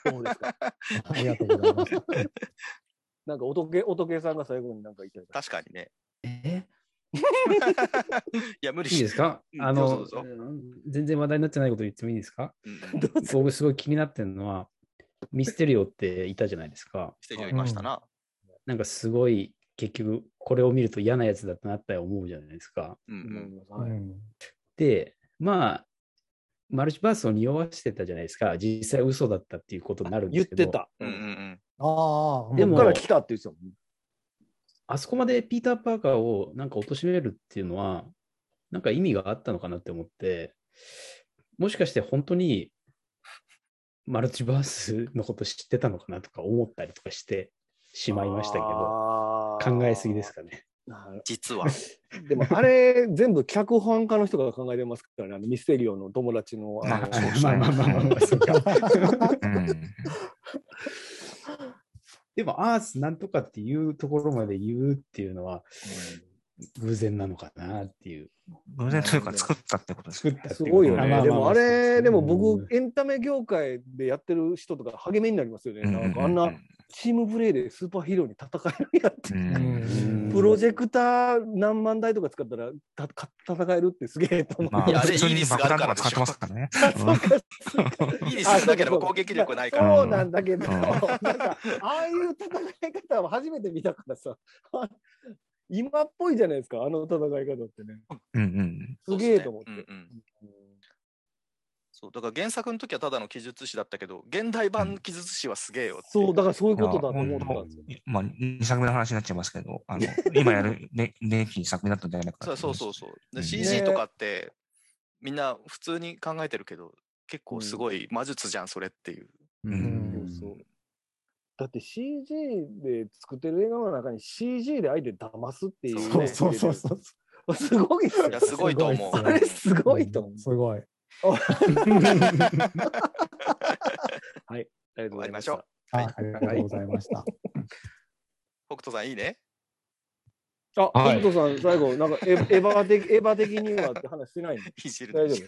Speaker 3: どうです か。
Speaker 6: ありがとうございます。
Speaker 3: なんかおとけおとけさんが最後になんか言ってた。
Speaker 1: 確かにね。
Speaker 2: え
Speaker 1: いや、無理
Speaker 2: いいですか
Speaker 1: うん
Speaker 2: あ
Speaker 1: ど
Speaker 2: の
Speaker 1: うぞどうぞ
Speaker 2: うん全然話題になってないこと言ってもいいですか
Speaker 1: うんうん
Speaker 2: 僕すごい気になってるのは、ミステリオっていたじゃないですか。
Speaker 1: していましたな。
Speaker 2: なんかすごい結局これを見ると嫌なやつだってなったら思うじゃないですか。
Speaker 1: うんう。
Speaker 3: うんんは
Speaker 6: う
Speaker 3: い
Speaker 6: ん
Speaker 2: で、まあ、マルチバースを匂わしてたじゃないですか。実際嘘だったっていうことになるんで
Speaker 3: 言っ
Speaker 2: すけど。
Speaker 3: て。た。
Speaker 1: うんうんうん。
Speaker 6: ああ、
Speaker 2: で
Speaker 3: で
Speaker 2: も
Speaker 3: もから来たって言ってたもん。
Speaker 2: あそこまでピーター・パーカーをなんか貶めるっていうのは、なんか意味があったのかなって思って、もしかして本当にマルチバースのこと知ってたのかなとか思ったりとかしてしまいましたけど、
Speaker 3: あー
Speaker 2: 考えすぎです。かね。
Speaker 3: なる
Speaker 1: 実 は。
Speaker 3: でもあれ全部脚本家の人が考えてますからね、あのミステリオの友達の。あの
Speaker 5: まあそうですね
Speaker 2: まあまあまあまあまあ、そうか。
Speaker 5: うん
Speaker 2: でも、アースなんとかっていうところまで言うっていうのは、偶然なのかなっていう。
Speaker 5: 偶然というか作ったってことです
Speaker 2: 作
Speaker 5: ね
Speaker 2: ったっ
Speaker 3: す
Speaker 2: ていう
Speaker 3: ごいよ
Speaker 5: あま
Speaker 3: ね。
Speaker 5: あまあ
Speaker 3: でもあれ、でも僕、
Speaker 2: う
Speaker 3: エンタメ業界でやってる人とか励みになりますよね。
Speaker 5: うんう
Speaker 3: なん
Speaker 5: ん
Speaker 3: かあん
Speaker 5: う
Speaker 3: なんチームプレーでスーパーヒーローに戦えるんやって
Speaker 5: う。
Speaker 6: うんん
Speaker 2: ん
Speaker 3: プロジェクター何万台とか使ったらたか戦えるってすげえと思う。
Speaker 5: ま
Speaker 1: いや
Speaker 5: あ、
Speaker 1: あれ
Speaker 5: 普通
Speaker 1: いいリ
Speaker 5: に
Speaker 1: スク
Speaker 5: 爆
Speaker 1: ある
Speaker 5: 弾
Speaker 1: か
Speaker 5: と
Speaker 1: ら
Speaker 5: か
Speaker 1: でしょ
Speaker 5: 使ってますからね。
Speaker 1: いいリスクなければ攻撃力はないから。
Speaker 3: そうなんだけど、
Speaker 5: うん
Speaker 3: なんか、ああいう戦い方は初めて見たからさ、今っぽいじゃないですか、あの戦い方ってね。
Speaker 5: うんうん
Speaker 1: そ
Speaker 3: す
Speaker 1: う
Speaker 3: げえ
Speaker 1: すね
Speaker 3: と思って。
Speaker 1: うんうんそう、だから原作の時はただの記述師だったけど、現代版記述師はすげえよってい
Speaker 3: そう、だからそういうことだと
Speaker 5: い
Speaker 3: 思
Speaker 5: や
Speaker 3: ったんですよ。
Speaker 5: うん。まあ、2作目の話になっちゃいますけど、あの、今やる、ね、年期作目だったんじゃないか
Speaker 1: そう
Speaker 5: なと
Speaker 1: そうそ
Speaker 5: 思います
Speaker 1: うそう。
Speaker 5: う
Speaker 1: で
Speaker 5: ん
Speaker 1: CG
Speaker 3: ね
Speaker 1: とかって、みんな普通に考えてるけど、結構すごい魔術じゃん、それっていう。
Speaker 5: ん
Speaker 3: そうそうだって CG で作ってる映画の中に CG で相手騙すっていうね、
Speaker 6: そうそうそうそう。
Speaker 3: すごいっすよ
Speaker 1: いや、すごいと思 う。
Speaker 6: す
Speaker 3: あれすごいと思う。
Speaker 6: すごい。
Speaker 3: ありがとう
Speaker 1: 終
Speaker 3: ご
Speaker 1: わ
Speaker 3: ざ
Speaker 1: り
Speaker 3: い
Speaker 1: ま
Speaker 3: ま
Speaker 1: し
Speaker 3: し
Speaker 1: ょ
Speaker 3: た
Speaker 1: う。
Speaker 6: はい、ありがとうございました。
Speaker 1: 北斗さん、いいね。
Speaker 3: あ、
Speaker 4: はい
Speaker 3: 北斗さん、最後、なんかエヴエヴァ的、エヴァ的にはって話してないの
Speaker 1: いじる
Speaker 3: 大
Speaker 1: でし
Speaker 3: 丈
Speaker 1: ょ。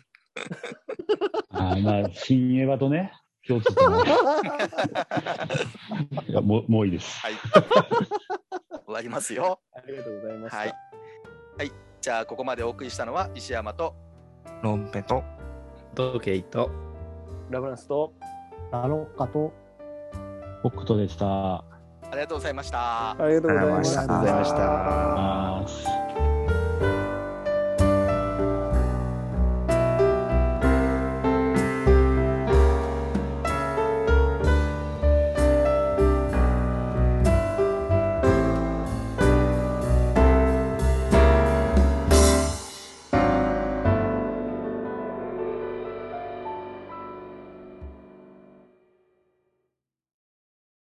Speaker 4: あーまあ、新エヴァとね、共通点が
Speaker 3: 夫
Speaker 4: いやもうもういいです。
Speaker 1: はい。終わりますよ。
Speaker 3: ありがとうございました。
Speaker 1: はい。はい。じゃあ、ここまでお送りしたのは石山と。
Speaker 5: ロンペと、
Speaker 2: 時計と。
Speaker 3: ラブランスと、
Speaker 6: ラロッカと、
Speaker 4: 北斗でした。
Speaker 1: ありがとうございました。
Speaker 3: ありがとうございま
Speaker 5: あり
Speaker 3: し
Speaker 5: がとう
Speaker 3: た。
Speaker 5: ございま
Speaker 2: した
Speaker 4: あー